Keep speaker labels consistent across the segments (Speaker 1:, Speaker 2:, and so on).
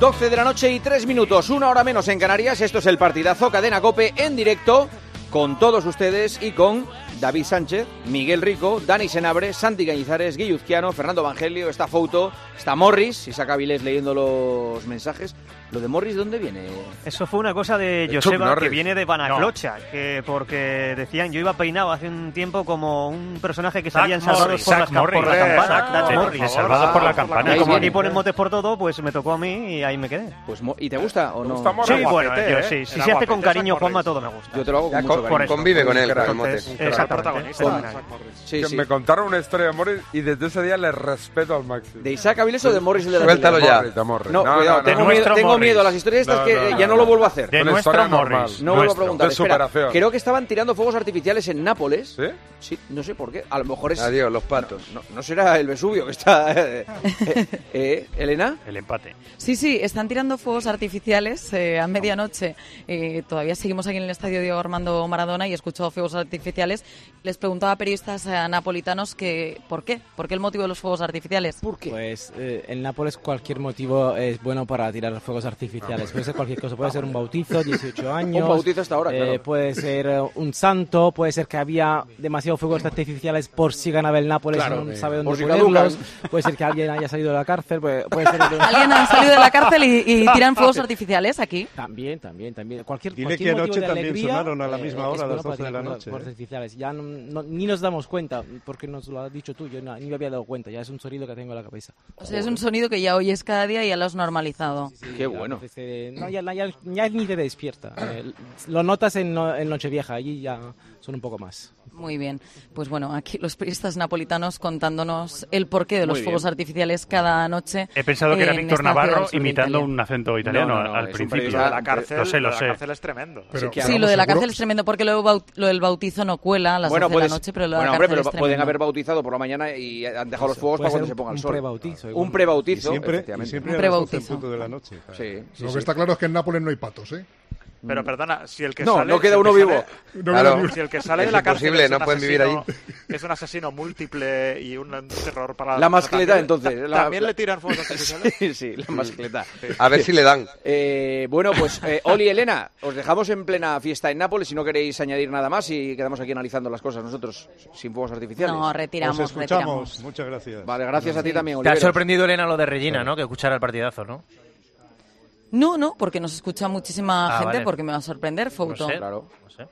Speaker 1: Doce de la noche y tres minutos, una hora menos en Canarias. Esto es el partidazo Cadena Cope en directo con todos ustedes y con David Sánchez, Miguel Rico, Dani Senabre, Santi Cañizares, Guilluzquiano, Fernando Evangelio, está Fouto, está Morris, Isaac Avilés leyendo los mensajes. ¿Lo de Morris dónde viene?
Speaker 2: Eso fue una cosa de
Speaker 3: De Chuck
Speaker 2: Joseba que
Speaker 3: Norris.
Speaker 2: viene de Banaclocha, que porque decían yo iba peinado hace un tiempo como un personaje que salía en
Speaker 3: Zack
Speaker 2: Salvados por,
Speaker 3: Morris.
Speaker 2: las cam-
Speaker 3: Zack
Speaker 2: por la
Speaker 3: Morris.
Speaker 2: campana.
Speaker 3: Zack
Speaker 2: Zack
Speaker 3: Morris.
Speaker 2: Morris.
Speaker 3: Salvados por la campana.
Speaker 2: Y como
Speaker 1: Ahí
Speaker 2: aquí
Speaker 1: viene.
Speaker 2: ponen motes por todo, pues me tocó a mí y ahí me quedé.
Speaker 1: Pues, mo- ¿Y te gusta o no?
Speaker 3: gusta Morris?
Speaker 2: Sí,
Speaker 3: guapete,
Speaker 2: bueno, yo
Speaker 3: ¿eh?
Speaker 2: sí. Si
Speaker 3: Era
Speaker 2: se hace con
Speaker 3: guapete, Zack
Speaker 2: cariño, Juanma,
Speaker 3: Morris.
Speaker 2: todo me gusta.
Speaker 1: Yo te lo hago
Speaker 4: Ya
Speaker 1: con mucho
Speaker 4: con-
Speaker 2: Por
Speaker 1: cariño.
Speaker 2: eso.
Speaker 4: Convive con él, con el
Speaker 2: Entonces,
Speaker 4: mote.
Speaker 3: Era
Speaker 2: exactamente.
Speaker 3: protagonista.
Speaker 2: Con-
Speaker 1: Sí,
Speaker 5: que
Speaker 1: sí.
Speaker 5: me contaron una historia de Morris y desde ese día le respeto al máximo.
Speaker 1: ¿De Isaac Avilés o de Morris el de la
Speaker 4: Suéltalo
Speaker 1: tele?
Speaker 4: ya.
Speaker 5: Morris, de Morris.
Speaker 1: No,
Speaker 5: No,
Speaker 1: cuidado,
Speaker 5: no, no,
Speaker 1: tengo,
Speaker 5: no.
Speaker 1: miedo,
Speaker 3: Nuestro
Speaker 1: tengo
Speaker 2: Morris.
Speaker 1: miedo a las historias estas
Speaker 5: No,
Speaker 1: que
Speaker 5: no,
Speaker 1: eh,
Speaker 5: no,
Speaker 1: ya no,
Speaker 5: no.
Speaker 1: lo vuelvo a hacer.
Speaker 3: De
Speaker 5: Una
Speaker 3: nuestro
Speaker 5: historia
Speaker 3: Morris.
Speaker 5: normal.
Speaker 1: No vuelvo a
Speaker 5: Nuestro.
Speaker 1: preguntar.
Speaker 5: De
Speaker 1: Espera,
Speaker 5: superación.
Speaker 1: creo que estaban tirando fuegos artificiales en Nápoles.
Speaker 5: ¿Sí?
Speaker 1: Sí, no sé por qué. A lo mejor es.
Speaker 4: Adiós, los patos.
Speaker 1: No, no será el Vesubio que está. eh, eh, eh, Elena.
Speaker 3: El empate.
Speaker 6: Sí, sí, están tirando fuegos artificiales eh, a medianoche. Eh, todavía seguimos aquí en el estadio Diego Armando Maradona y he escuchado fuegos artificiales. Les preguntaba a periodistas eh, napolitanos que por qué, por qué el motivo de los fuegos artificiales.
Speaker 1: ¿Por qué?
Speaker 7: Pues eh, en Nápoles cualquier motivo es bueno para tirar fuegos artificiales. Puede ser cualquier cosa. Puede ser un bautizo, 18 años.
Speaker 1: Un bautizo hasta ahora,
Speaker 7: eh,
Speaker 1: claro.
Speaker 7: Puede ser eh, un santo. Puede ser que había demasiados fuegos artificiales por si ganaba el Nápoles.
Speaker 5: Claro,
Speaker 7: no
Speaker 5: sí.
Speaker 7: sabe dónde
Speaker 1: eh, Por si
Speaker 7: ponerlos.
Speaker 1: caducan.
Speaker 7: Puede ser que alguien haya salido de la cárcel. Puede, puede ser que-
Speaker 6: Alguien ha salido de la cárcel y, y tiran fuegos artificiales aquí.
Speaker 7: También, también, también. Cualquier,
Speaker 8: Dile
Speaker 7: cualquier
Speaker 8: que
Speaker 7: motivo
Speaker 8: anoche
Speaker 7: de
Speaker 8: también
Speaker 7: alegría, eh,
Speaker 8: sonaron a la misma hora,
Speaker 7: es
Speaker 8: a las
Speaker 7: bueno para
Speaker 8: 12 de la
Speaker 7: tirar
Speaker 8: noche.
Speaker 7: fuegos artificiales. Ya no- no- ni nos damos cuenta, porque nos lo has dicho tú. Yo no- ni me había dado cuenta. Ya es un sonido que tengo en la cabeza.
Speaker 6: O sea, es un sonido que ya oyes cada día y ya lo has normalizado.
Speaker 1: Qué bueno.
Speaker 7: Entonces, eh, no, ya, ya- ya ni te despierta. Eh, lo notas en, no- en Nochevieja, allí ya son un poco más.
Speaker 6: Muy bien. Pues bueno, aquí los periodistas napolitanos contándonos el porqué de los
Speaker 1: Muy bien.
Speaker 6: fuegos artificiales cada noche.
Speaker 9: He pensado que era
Speaker 6: en
Speaker 9: Víctor
Speaker 6: esta ciudad
Speaker 9: Navarro
Speaker 6: del sur de
Speaker 9: imitando
Speaker 6: Italia.
Speaker 9: un acento italiano
Speaker 1: No, no, no,
Speaker 9: al
Speaker 1: es un
Speaker 9: principio.
Speaker 1: periodista
Speaker 3: Lo de
Speaker 1: Ah,
Speaker 3: la cárcel,
Speaker 9: lo sé, lo
Speaker 3: de la
Speaker 9: sé.
Speaker 3: cárcel es tremendo.
Speaker 5: Pero,
Speaker 1: que
Speaker 6: Sí, lo de la cárcel es tremendo porque lo, baut- lo del bautizo no cuela a las 12 de
Speaker 1: puedes-
Speaker 6: la noche, pero lo de
Speaker 1: bueno,
Speaker 6: la
Speaker 1: hombre, pero
Speaker 6: cárcel es
Speaker 1: pueden
Speaker 6: tremendo.
Speaker 1: haber bautizado por la mañana y han dejado los
Speaker 7: Eso,
Speaker 1: fuegos para
Speaker 7: puede
Speaker 1: cuando
Speaker 7: ser
Speaker 1: se ponga
Speaker 7: un
Speaker 1: el sol.
Speaker 7: prebautizo,
Speaker 1: un
Speaker 7: igual.
Speaker 8: Y
Speaker 1: prebautizo.
Speaker 8: siempre, y
Speaker 1: efectivamente.
Speaker 8: siempre
Speaker 6: Un
Speaker 8: a las 12 en
Speaker 6: prebautizo.
Speaker 8: punto de la noche.
Speaker 1: Sí, sí,
Speaker 5: Lo
Speaker 1: sí.
Speaker 5: que está claro es que en Nápoles no hay patos, ¿eh?
Speaker 3: Pero perdona, si el que
Speaker 1: Mm. No,
Speaker 3: sale...
Speaker 1: no queda
Speaker 3: si el
Speaker 1: uno
Speaker 3: que
Speaker 1: vivo.
Speaker 3: sale-
Speaker 5: No
Speaker 4: Claro.
Speaker 5: queda ni-
Speaker 3: Si el que sale
Speaker 4: Es
Speaker 3: de la cárcel
Speaker 4: imposible,
Speaker 3: es un
Speaker 4: no pueden vivir
Speaker 3: asesino- Es un asesino múltiple y un un terror para...
Speaker 1: La
Speaker 3: o sea,
Speaker 1: mascleta,
Speaker 3: también-
Speaker 1: entonces, la-
Speaker 3: También le tiran fuegos artificiales.
Speaker 1: Sí, sí, la mascleta.
Speaker 4: A ver si le dan.
Speaker 1: Eh, bueno, pues eh, Oli y Elena, os dejamos en plena fiesta en Nápoles si no queréis añadir nada más y quedamos aquí analizando las cosas nosotros sin fuegos artificiales.
Speaker 6: No,
Speaker 8: Os
Speaker 6: retiramos,
Speaker 8: escuchamos.
Speaker 6: retiramos.
Speaker 8: Muchas gracias.
Speaker 1: vale, gracias a ti también,
Speaker 10: Te ha
Speaker 1: Oliveros.
Speaker 10: sorprendido, Elena, lo de Regina, ¿no? Que escuchara el partidazo, ¿no?
Speaker 6: No, no, porque nos escucha muchísima
Speaker 10: Ah,
Speaker 6: gente,
Speaker 10: vale.
Speaker 6: porque me va a sorprender, Fouto.
Speaker 10: No sé.
Speaker 1: Claro.
Speaker 10: No sé.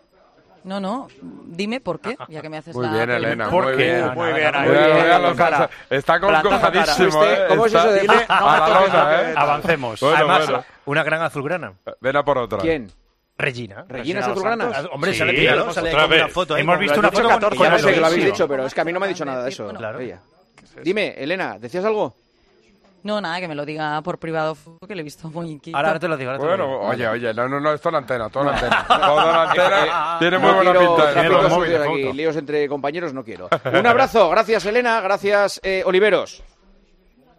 Speaker 6: No, no, dime por qué, ya que me haces
Speaker 5: Muy
Speaker 6: la
Speaker 5: bien,
Speaker 6: pregunta.
Speaker 5: Elena,
Speaker 10: ¿Por
Speaker 5: muy
Speaker 10: qué?
Speaker 5: bien.
Speaker 10: No,
Speaker 3: Muy
Speaker 10: no,
Speaker 3: bien,
Speaker 10: no,
Speaker 3: ahí.
Speaker 5: Muy bien,
Speaker 3: Muy bien,
Speaker 5: Alonso.
Speaker 3: cara.
Speaker 5: Está
Speaker 3: Plantando cara.
Speaker 5: congojadísimo,
Speaker 1: Usted,
Speaker 5: ¿eh?
Speaker 1: ¿cómo es
Speaker 5: Está-
Speaker 10: Ah,
Speaker 1: eso de-
Speaker 5: Dile, no me
Speaker 3: A la
Speaker 5: toques la
Speaker 3: lona, ¿eh?
Speaker 5: pelota.
Speaker 10: Avancemos.
Speaker 5: Bueno,
Speaker 10: Además,
Speaker 5: bueno.
Speaker 10: una gran azulgrana.
Speaker 5: Ven a por otra.
Speaker 1: ¿Quién?
Speaker 10: Regina.
Speaker 1: ¿Regina
Speaker 3: Regina
Speaker 1: Saturgrana?
Speaker 3: Los
Speaker 10: Ah, Hombre,
Speaker 9: Sí,
Speaker 10: sale, míralo,
Speaker 9: hemos-
Speaker 10: sale
Speaker 9: otra
Speaker 10: con
Speaker 9: vez.
Speaker 10: una foto. ahí,
Speaker 9: Hemos
Speaker 10: con-
Speaker 9: visto
Speaker 10: lo ha
Speaker 9: una
Speaker 10: dicho
Speaker 3: foto
Speaker 10: catorce
Speaker 3: con-
Speaker 1: Que ya
Speaker 3: Bueno,
Speaker 1: no sé que lo habéis
Speaker 3: sí.
Speaker 1: dicho, pero es que a mí no me ha dicho nada de eso.
Speaker 6: Claro.
Speaker 1: ella. Dime, Elena, ¿decías algo?
Speaker 6: No, nada, que me lo diga por privado, Fouto, que le he visto muy inquieto.
Speaker 10: Ahora ahora te lo digo. ahora te lo
Speaker 5: Bueno,
Speaker 10: digo.
Speaker 5: oye, oye, no, no, no, esto es la antena, toda la antena. Toda la antena tiene muy
Speaker 1: No
Speaker 5: buena
Speaker 1: quiero
Speaker 5: pinta.
Speaker 1: tráficos
Speaker 5: Tiene los
Speaker 1: sucios
Speaker 5: móviles,
Speaker 1: aquí,
Speaker 5: foto.
Speaker 1: líos entre compañeros no quiero. Un abrazo, gracias Elena, gracias eh, Oliveros.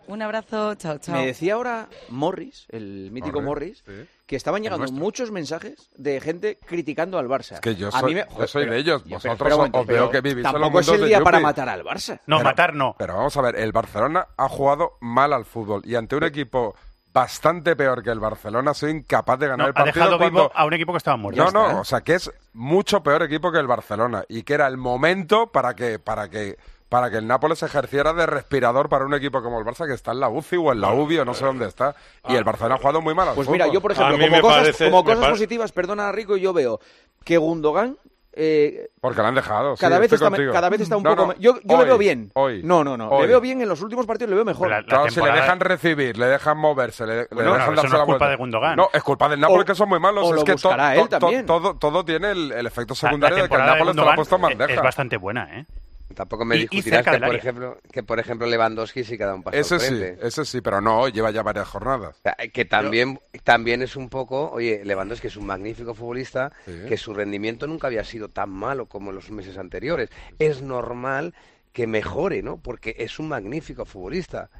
Speaker 6: Un abrazo, chao, chao.
Speaker 1: Me decía ahora Morris, el mítico Morris,
Speaker 5: Morris, sí.
Speaker 1: que estaban llegando
Speaker 5: nuestro.
Speaker 1: muchos mensajes de gente criticando al Barça.
Speaker 5: Es que yo
Speaker 1: A
Speaker 5: soy-
Speaker 1: mí me-
Speaker 5: yo soy de ellos.
Speaker 1: pero-
Speaker 5: Vosotros
Speaker 1: espera un momento,
Speaker 5: os veo
Speaker 1: pero
Speaker 5: que vivís en los
Speaker 1: Tampoco es
Speaker 5: mundos
Speaker 1: el
Speaker 5: de
Speaker 1: día para
Speaker 5: Yupi.
Speaker 1: matar al Barça.
Speaker 9: No,
Speaker 5: Pero-
Speaker 9: matar no.
Speaker 5: Pero vamos a ver, el Barcelona ha jugado mal al fútbol y ante un equipo bastante peor que el Barcelona soy incapaz de ganar
Speaker 9: No,
Speaker 5: el
Speaker 9: ha
Speaker 5: partido
Speaker 9: dejado
Speaker 5: cuando...
Speaker 9: vivo a un equipo que estaba
Speaker 1: Pues
Speaker 9: muerto.
Speaker 5: No,
Speaker 1: ¿eh?
Speaker 5: no,
Speaker 8: ¿eh?
Speaker 5: o sea que es mucho peor equipo que el Barcelona y que era el momento para que para que para que el Nápoles ejerciera de respirador para un equipo como el Barça que está en la UCI o en la UBI o no sé dónde está y el Barcelona ha jugado muy mal al
Speaker 1: Pues
Speaker 5: fútbol.
Speaker 1: mira, yo por ejemplo,
Speaker 8: Ah. A mí
Speaker 1: como
Speaker 8: me
Speaker 1: cosas,
Speaker 8: parece-
Speaker 1: como
Speaker 8: me
Speaker 1: cosas
Speaker 8: pare-
Speaker 1: positivas, perdona Rico, yo veo que Gundogan... eh,
Speaker 5: porque la han dejado. sí,
Speaker 1: Cada, vez
Speaker 5: estoy
Speaker 1: está,
Speaker 5: contigo.
Speaker 1: cada vez está un
Speaker 5: No,
Speaker 1: poco...
Speaker 5: no,
Speaker 1: me- Yo, yo
Speaker 5: hoy,
Speaker 1: le veo bien.
Speaker 5: Hoy.
Speaker 1: No, no, no. Le
Speaker 5: hoy.
Speaker 1: veo bien en los últimos partidos, le veo mejor.
Speaker 9: La- la
Speaker 5: Claro, si
Speaker 9: temporada-
Speaker 5: le dejan recibir, le dejan moverse, le, le
Speaker 9: Bueno,
Speaker 5: dejan
Speaker 9: no, eso
Speaker 5: darse
Speaker 9: no es
Speaker 5: la
Speaker 9: culpa
Speaker 5: vuelta.
Speaker 9: de Gundogan.
Speaker 5: No, es culpa del Nápoles,
Speaker 1: O-
Speaker 5: que son muy malos.
Speaker 1: o
Speaker 5: es
Speaker 1: lo
Speaker 5: que to-
Speaker 1: buscará
Speaker 5: to-
Speaker 1: él
Speaker 5: to-
Speaker 1: también.
Speaker 5: todo, todo tiene el, el efecto
Speaker 9: La- la
Speaker 5: secundario de que el
Speaker 9: temporada de
Speaker 5: Nápoles te lo ha
Speaker 9: Gundogan
Speaker 5: puesto en
Speaker 9: es-
Speaker 5: bandeja.
Speaker 9: Es bastante buena, ¿eh?
Speaker 4: Tampoco me
Speaker 10: Y- y
Speaker 4: discutirás
Speaker 10: cerca
Speaker 4: que
Speaker 10: del
Speaker 4: por,
Speaker 10: área.
Speaker 4: ejemplo, que, por ejemplo, Lewandowski sí que da un paso
Speaker 5: Ese
Speaker 4: al
Speaker 5: sí,
Speaker 4: frente.
Speaker 5: ese sí, pero no, lleva ya varias jornadas.
Speaker 4: O sea, que también, también es un poco, oye, Lewandowski es un magnífico futbolista,
Speaker 5: Sí.
Speaker 4: que su rendimiento nunca había sido tan malo como en los meses anteriores. Es normal que mejore, ¿no? Porque es un magnífico futbolista.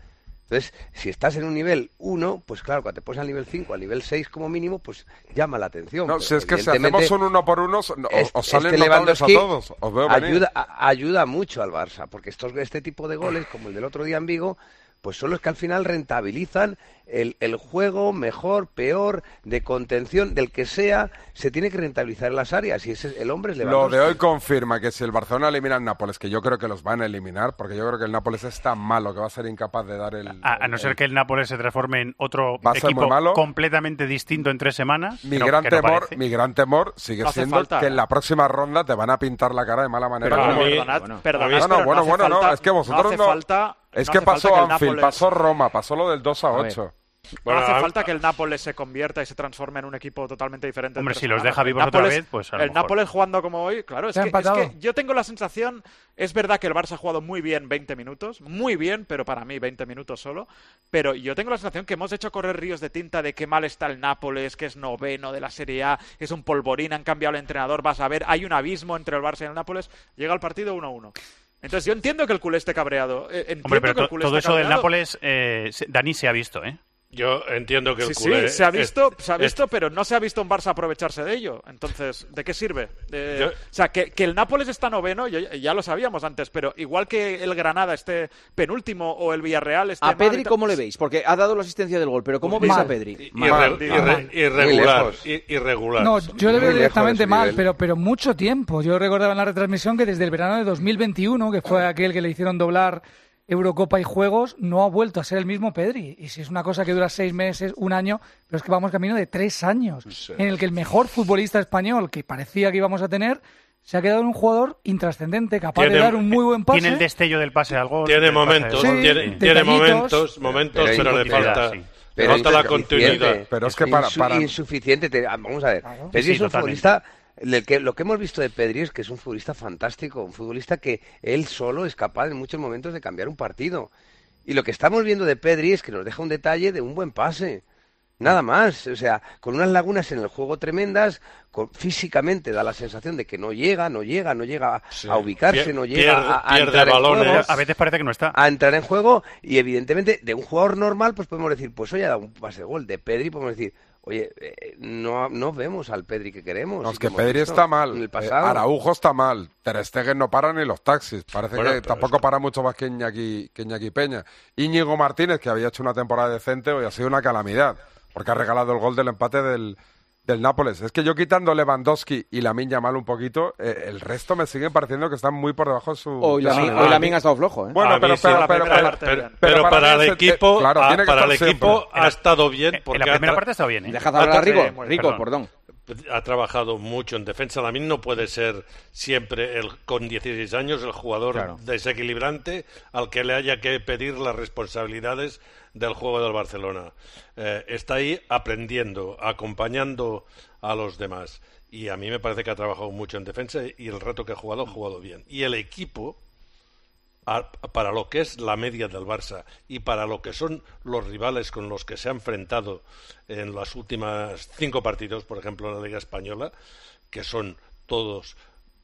Speaker 4: Entonces, si estás en un nivel 1, pues claro, cuando te pones al nivel 5, al nivel 6 como mínimo, pues llama la atención.
Speaker 5: No,
Speaker 4: Pero
Speaker 5: si es que si
Speaker 4: evidentemente-
Speaker 5: hacemos un uno por uno, so- no, os-
Speaker 4: es-
Speaker 5: os salen
Speaker 4: este
Speaker 5: notables a
Speaker 4: Lewandowski
Speaker 5: todos. Os veo venir.
Speaker 4: ayuda, a- ayuda mucho al Barça, porque estos, este tipo de goles, como el del otro día en Vigo, pues son los que al final rentabilizan el, el juego mejor, peor, de contención, del que sea, se tiene que rentabilizar en las áreas. Y ese, el hombre es
Speaker 5: Lo
Speaker 4: Lewandowski.
Speaker 5: de hoy confirma que si el Barcelona elimina al Nápoles, que yo creo que los van a eliminar, porque yo creo que el Nápoles es tan malo que va a ser incapaz de dar el.
Speaker 8: A, a no
Speaker 5: el-
Speaker 8: ser que el Nápoles se transforme en otro
Speaker 5: Va a ser
Speaker 8: equipo
Speaker 5: muy malo.
Speaker 8: completamente distinto en tres semanas.
Speaker 5: Mi
Speaker 8: que no-
Speaker 5: gran
Speaker 8: que no
Speaker 5: temor,
Speaker 8: parece.
Speaker 5: mi gran temor sigue
Speaker 8: No hace
Speaker 5: siendo
Speaker 8: falta.
Speaker 5: que en la próxima ronda te van a pintar la cara de mala manera.
Speaker 3: Pero a
Speaker 5: como-
Speaker 3: mí- Perdonad, bueno. perdonad,
Speaker 5: No, no,
Speaker 3: pero no
Speaker 5: bueno,
Speaker 3: hace
Speaker 5: bueno, no,
Speaker 3: falta-
Speaker 5: es que vosotros
Speaker 3: no
Speaker 5: no.
Speaker 3: hace falta-
Speaker 5: es
Speaker 3: no
Speaker 5: que
Speaker 3: hace falta
Speaker 5: pasó
Speaker 3: que el
Speaker 5: Anfield,
Speaker 3: Nápoles-
Speaker 5: pasó Roma, pasó lo del 2 a
Speaker 10: ver.
Speaker 5: 8.
Speaker 3: No hace
Speaker 10: a-
Speaker 3: falta que el Nápoles se convierta y se transforme en un equipo totalmente diferente. en
Speaker 10: Hombre,
Speaker 3: tres
Speaker 10: si los
Speaker 3: semanas.
Speaker 10: deja
Speaker 3: El
Speaker 10: vivos otra
Speaker 3: Nápoles-
Speaker 10: vez, pues a lo
Speaker 3: El
Speaker 10: mejor.
Speaker 3: Nápoles jugando como hoy, claro, es
Speaker 10: Se ha
Speaker 3: que, es
Speaker 10: empatado.
Speaker 3: que yo tengo la sensación, es verdad que el Barça ha jugado muy bien 20 minutos, muy bien, pero para mí 20 minutos solo, pero yo tengo la sensación que hemos hecho correr ríos de tinta de qué mal está el Nápoles, que es noveno de la Serie A, es un polvorín, han cambiado el entrenador, vas a ver, hay un abismo entre el Barça y el Nápoles, llega el partido 1-1. Entonces yo entiendo que el culé esté cabreado. eh, Entiendo
Speaker 8: Hombre, pero
Speaker 3: que el
Speaker 8: to-
Speaker 3: culé
Speaker 8: todo
Speaker 3: esté
Speaker 8: eso del
Speaker 3: cabreado.
Speaker 8: Nápoles, eh, se- Dani se ha visto, ¿eh?
Speaker 9: Yo entiendo que el
Speaker 3: Sí,
Speaker 9: culé
Speaker 3: sí, se ha
Speaker 9: es-
Speaker 3: visto, se ha
Speaker 9: es-
Speaker 3: visto pero no se ha visto un Barça aprovecharse de ello. Entonces, ¿de qué sirve? Eh,
Speaker 9: Yo-
Speaker 3: O sea, que, que el Nápoles está noveno, yo- ya lo sabíamos antes, pero igual que el Granada esté penúltimo o el Villarreal esté.
Speaker 1: ¿A
Speaker 3: mal y
Speaker 1: Pedri
Speaker 3: tal-
Speaker 1: cómo le veis? Porque ha dado la asistencia del gol, pero ¿cómo veis a Pedri?
Speaker 9: irre- irre- irregular,
Speaker 1: Muy lejos.
Speaker 9: ir- irregular.
Speaker 11: No, yo le veo directamente mal, pero, pero mucho tiempo. Yo recordaba en la retransmisión que desde el verano de 2021, que fue aquel que le hicieron doblar Eurocopa y Juegos, no ha vuelto a ser el mismo Pedri. Y si es una cosa que dura seis meses, un año, pero es que vamos camino de tres años, en el que el mejor futbolista español que parecía que íbamos a tener se ha quedado en un jugador intrascendente, capaz de
Speaker 9: Tiene-
Speaker 11: dar un muy buen pase.
Speaker 8: Tiene el destello este del pase al gol.
Speaker 9: Tiene
Speaker 8: del pase
Speaker 9: momentos,
Speaker 8: al gol.
Speaker 9: tiene,
Speaker 11: Sí,
Speaker 9: tiene
Speaker 11: detallitos.
Speaker 9: momentos, momentos, pero, le
Speaker 4: incontinuidad,
Speaker 9: falta,
Speaker 4: sí.
Speaker 9: le
Speaker 4: Pero
Speaker 9: falta la
Speaker 4: insuficiente.
Speaker 9: continuidad.
Speaker 5: Pero es que para-
Speaker 4: insu-
Speaker 5: para-
Speaker 4: insuficiente. te- ah, vamos a ver. Pedri
Speaker 5: Sí,
Speaker 4: es un
Speaker 5: totalmente.
Speaker 4: futbolista. del que- lo que hemos visto de Pedri es que es un futbolista fantástico, un futbolista que él solo es capaz en muchos momentos de cambiar un partido. Y lo que estamos viendo de Pedri es que nos deja un detalle de un buen pase. Nada más, o sea, con unas lagunas en el juego tremendas, con- físicamente da la sensación de que no llega, no llega, no llega a- a ubicarse,
Speaker 8: Pier-
Speaker 4: no llega
Speaker 8: pierde-
Speaker 4: a, a
Speaker 8: pierde
Speaker 4: entrar en
Speaker 8: balones.
Speaker 4: juego.
Speaker 8: A veces parece que no está.
Speaker 4: A entrar en juego y evidentemente de un jugador normal pues podemos decir, pues hoy ha dado un pase de gol. De Pedri podemos decir, oye, eh, no, no vemos al Pedri que queremos.
Speaker 5: No,
Speaker 4: y
Speaker 5: es que
Speaker 4: hemos
Speaker 5: Pedri
Speaker 4: visto
Speaker 5: está
Speaker 4: en
Speaker 5: mal.
Speaker 4: el
Speaker 5: eh,
Speaker 4: pasado.
Speaker 5: Araujo está mal. Ter Stegen no para ni los taxis. Parece
Speaker 4: Bueno,
Speaker 5: que
Speaker 4: pero
Speaker 5: tampoco para mucho más que Iñaki, que Iñaki Peña. Íñigo Martínez, que había hecho una temporada decente, hoy ha sido una calamidad. Porque ha regalado el gol del empate del, del Nápoles. Es que yo quitando Lewandowski y Lamin mal un poquito, eh, el resto me siguen pareciendo que están muy por debajo de su...
Speaker 1: Hoy
Speaker 5: de su
Speaker 1: Lamin-
Speaker 5: nivel.
Speaker 1: hoy Lamin ha estado flojo, ¿eh?
Speaker 5: Bueno,
Speaker 1: A
Speaker 5: pero,
Speaker 1: mí sí,
Speaker 5: pero-
Speaker 1: la
Speaker 5: pero-
Speaker 1: primera
Speaker 5: pero-
Speaker 1: parte bien.
Speaker 5: pero
Speaker 9: Pero para,
Speaker 5: mí
Speaker 9: el
Speaker 5: es- eh,
Speaker 9: equipo,
Speaker 5: claro,
Speaker 9: ha-
Speaker 5: tiene que
Speaker 9: para el
Speaker 5: estar siempre.
Speaker 9: equipo ha estado bien.
Speaker 5: en
Speaker 9: Porque
Speaker 5: la
Speaker 9: ha
Speaker 5: primera
Speaker 9: tra-
Speaker 5: parte ha estado bien, ¿eh? Dejad
Speaker 9: ha
Speaker 5: hablar a
Speaker 9: tra-
Speaker 5: Rico,
Speaker 9: eh, muy bien.
Speaker 5: Rico, perdón.
Speaker 9: Ha trabajado mucho en defensa. La no puede ser siempre el con 16 años el jugador
Speaker 12: Claro.
Speaker 9: desequilibrante al que le haya que pedir las responsabilidades del juego del Barcelona. Eh, está ahí aprendiendo, acompañando a los demás. Y a mí me parece que ha trabajado mucho en defensa y el rato que ha jugado, ha jugado bien. Y el equipo, a- para lo que es la media del Barça y para lo que son los rivales con los que se ha enfrentado en las últimas cinco partidos, por ejemplo, en la Liga Española, que son todos,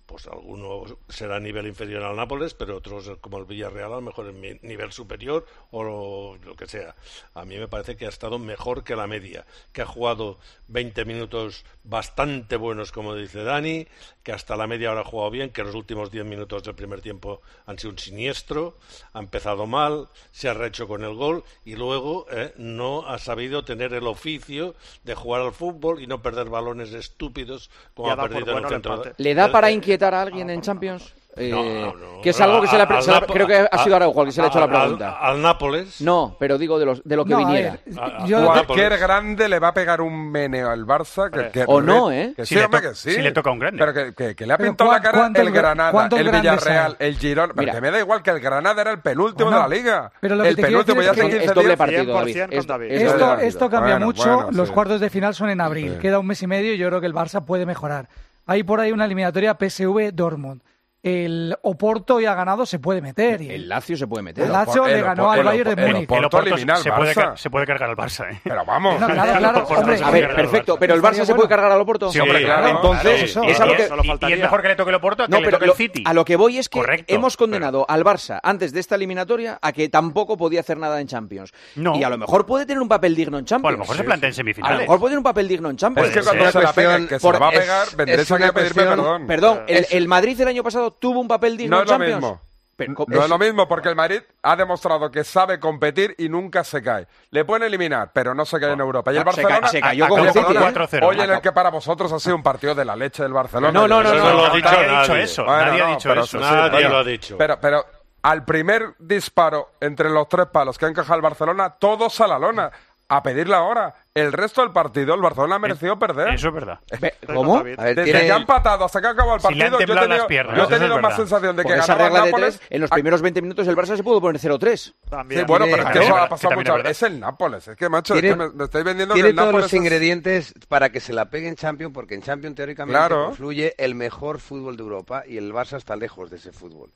Speaker 9: pues algunos será a nivel inferior al Nápoles, pero otros como el Villarreal a lo mejor en mi- nivel superior o lo, lo que sea. A mí me parece que ha estado mejor que la media, que ha jugado 20 minutos bastante buenos, como dice Dani, que hasta la media hora ha jugado bien, que los últimos 10 minutos del primer tiempo han sido un siniestro, ha empezado mal, se ha rehecho con el gol y luego eh, no ha sabido tener el oficio de jugar al fútbol y no perder balones estúpidos como
Speaker 3: Y ha
Speaker 9: ha
Speaker 3: dado por
Speaker 9: perdido en
Speaker 3: bueno
Speaker 9: el
Speaker 3: el
Speaker 9: centro.
Speaker 3: empate.
Speaker 1: ¿Le da para inquietar a alguien en Champions? Eh,
Speaker 9: No, no, no.
Speaker 1: Que es algo que se le ha,
Speaker 9: Al-
Speaker 1: se le ha-
Speaker 9: al-
Speaker 1: creo que ha sido Araujo el que se le ha hecho la
Speaker 9: al- al-
Speaker 1: pregunta.
Speaker 9: Al, Nápoles.
Speaker 1: No, eh, pero digo de, los, de lo que
Speaker 5: No, a
Speaker 1: viniera.
Speaker 5: ver,
Speaker 1: ah,
Speaker 5: Cualquier grande le va a pegar un meneo al Barça. Que, que-
Speaker 1: O no, ¿eh?
Speaker 5: que
Speaker 1: Si
Speaker 5: sí,
Speaker 1: le
Speaker 5: hombre,
Speaker 1: to-
Speaker 5: que sí.
Speaker 1: si le toca a un grande.
Speaker 5: Pero que, que- que le ha
Speaker 1: Pero
Speaker 5: pintado la
Speaker 1: ¿cuán-
Speaker 5: cara
Speaker 1: cuántos
Speaker 5: el
Speaker 1: gra-
Speaker 5: Granada,
Speaker 1: cuántos
Speaker 5: el
Speaker 1: grandes
Speaker 5: Villarreal,
Speaker 1: hay?
Speaker 5: el Girona. Pero
Speaker 1: Mira.
Speaker 5: que me da igual que el Granada era el penúltimo
Speaker 11: Bueno,
Speaker 5: de la liga.
Speaker 11: pero lo que
Speaker 5: el
Speaker 11: te quiero
Speaker 5: penúltimo
Speaker 11: decir
Speaker 5: ya
Speaker 11: es que-
Speaker 5: tiene
Speaker 11: Es doble
Speaker 5: 100%
Speaker 11: partido, David.
Speaker 1: Es- David. es
Speaker 11: Esto,
Speaker 1: doble
Speaker 11: esto
Speaker 1: partido.
Speaker 11: cambia
Speaker 1: Bueno,
Speaker 11: mucho.
Speaker 1: bueno,
Speaker 11: Los
Speaker 1: sí.
Speaker 11: cuartos de final son en abril.
Speaker 1: Sí.
Speaker 11: Queda un mes y medio y yo creo que el Barça puede mejorar. Hay por ahí una eliminatoria PSV-Dortmund. el Oporto y ha ganado, se puede meter. Y-
Speaker 1: El Lazio se puede meter.
Speaker 11: El Lazio le ganó al Bayern de Múnich.
Speaker 8: El Oporto
Speaker 1: elimina al
Speaker 8: se, puede,
Speaker 1: Barça.
Speaker 8: car- se puede cargar al Barça, ¿eh?
Speaker 5: Pero vamos.
Speaker 1: No, claro, claro, hombre. A ver, perfecto, pero el Barça se puede cargar al Oporto. Sí, hombre, claro. Entonces,
Speaker 8: y,
Speaker 1: es algo que-
Speaker 8: y-
Speaker 1: solo
Speaker 8: y
Speaker 1: faltaría.
Speaker 8: es mejor que le toque el Oporto que
Speaker 1: No,
Speaker 8: le
Speaker 1: pero
Speaker 8: toque
Speaker 1: lo-
Speaker 8: el City.
Speaker 1: a lo que voy es que
Speaker 8: Correcto,
Speaker 1: hemos condenado al Barça antes de esta eliminatoria a que tampoco podía hacer nada en Champions. Y a lo mejor puede tener un papel digno en Champions.
Speaker 8: a lo mejor se plantea en
Speaker 1: A lo
Speaker 8: semifinales.
Speaker 1: mejor puede tener un papel digno en Champions.
Speaker 8: Es que cuando Puede se la ser. pegue, que se la va a pegar, vendréis
Speaker 1: es
Speaker 8: aquí a
Speaker 1: una
Speaker 8: pedirme perdón.
Speaker 1: Perdón, el,
Speaker 5: Es-
Speaker 1: el Madrid el año pasado tuvo un papel digno
Speaker 5: No
Speaker 1: en
Speaker 5: es lo
Speaker 1: Champions.
Speaker 5: mismo.
Speaker 1: Pero co-
Speaker 5: No
Speaker 1: es-
Speaker 5: es lo mismo porque el Madrid ha demostrado que sabe competir y nunca se cae. Le pueden eliminar, pero no se cae
Speaker 1: Ah.
Speaker 5: en Europa. Y el
Speaker 12: Ah,
Speaker 1: No, se ca-
Speaker 5: Barcelona
Speaker 1: se cayó
Speaker 5: a-
Speaker 1: con
Speaker 5: a-
Speaker 1: el City,
Speaker 5: Barcelona,
Speaker 1: ¿eh? 4-0.
Speaker 5: Hoy en el que para vosotros ha sido un partido de la leche del Barcelona.
Speaker 1: No, no, no, Eso no, no lo ha no, dicho nadie ha nadie. dicho
Speaker 8: eso,
Speaker 5: Bueno,
Speaker 8: nadie ha
Speaker 5: no,
Speaker 8: dicho
Speaker 5: pero
Speaker 8: eso.
Speaker 5: sí,
Speaker 8: Nadie
Speaker 5: bueno,
Speaker 8: lo ha dicho.
Speaker 5: Pero, pero al primer disparo entre los tres palos que ha encajado el Barcelona, todos a la lona. A pedir la hora. El resto del partido, el
Speaker 1: Eh,
Speaker 5: Barcelona ha merecido perder.
Speaker 8: Eso es verdad.
Speaker 5: ¿Cómo? Desde que han patado hasta que ha acabado el
Speaker 1: Si le han
Speaker 5: partido, yo he
Speaker 1: temblado
Speaker 5: tenido,
Speaker 1: las piernas,
Speaker 5: yo he
Speaker 1: eso es
Speaker 5: tenido más
Speaker 1: verdad.
Speaker 5: sensación de que
Speaker 1: Con esa
Speaker 5: ganaba el
Speaker 1: regla de
Speaker 5: Nápoles
Speaker 1: tres, en los primeros 20 minutos el Barça se pudo poner 0-3.
Speaker 5: Sí, bueno, pero es que eso ha pasado muchas veces. Es el Nápoles. Es que, macho, es
Speaker 4: Tiene-
Speaker 5: que me, me estáis vendiendo que
Speaker 4: Tiene
Speaker 5: el
Speaker 4: todos
Speaker 5: Nápoles
Speaker 4: los
Speaker 5: es-
Speaker 4: ingredientes para que se la pegue en Champions, porque en Champions teóricamente
Speaker 5: Claro.
Speaker 4: confluye el mejor fútbol de Europa y el Barça está lejos de ese fútbol.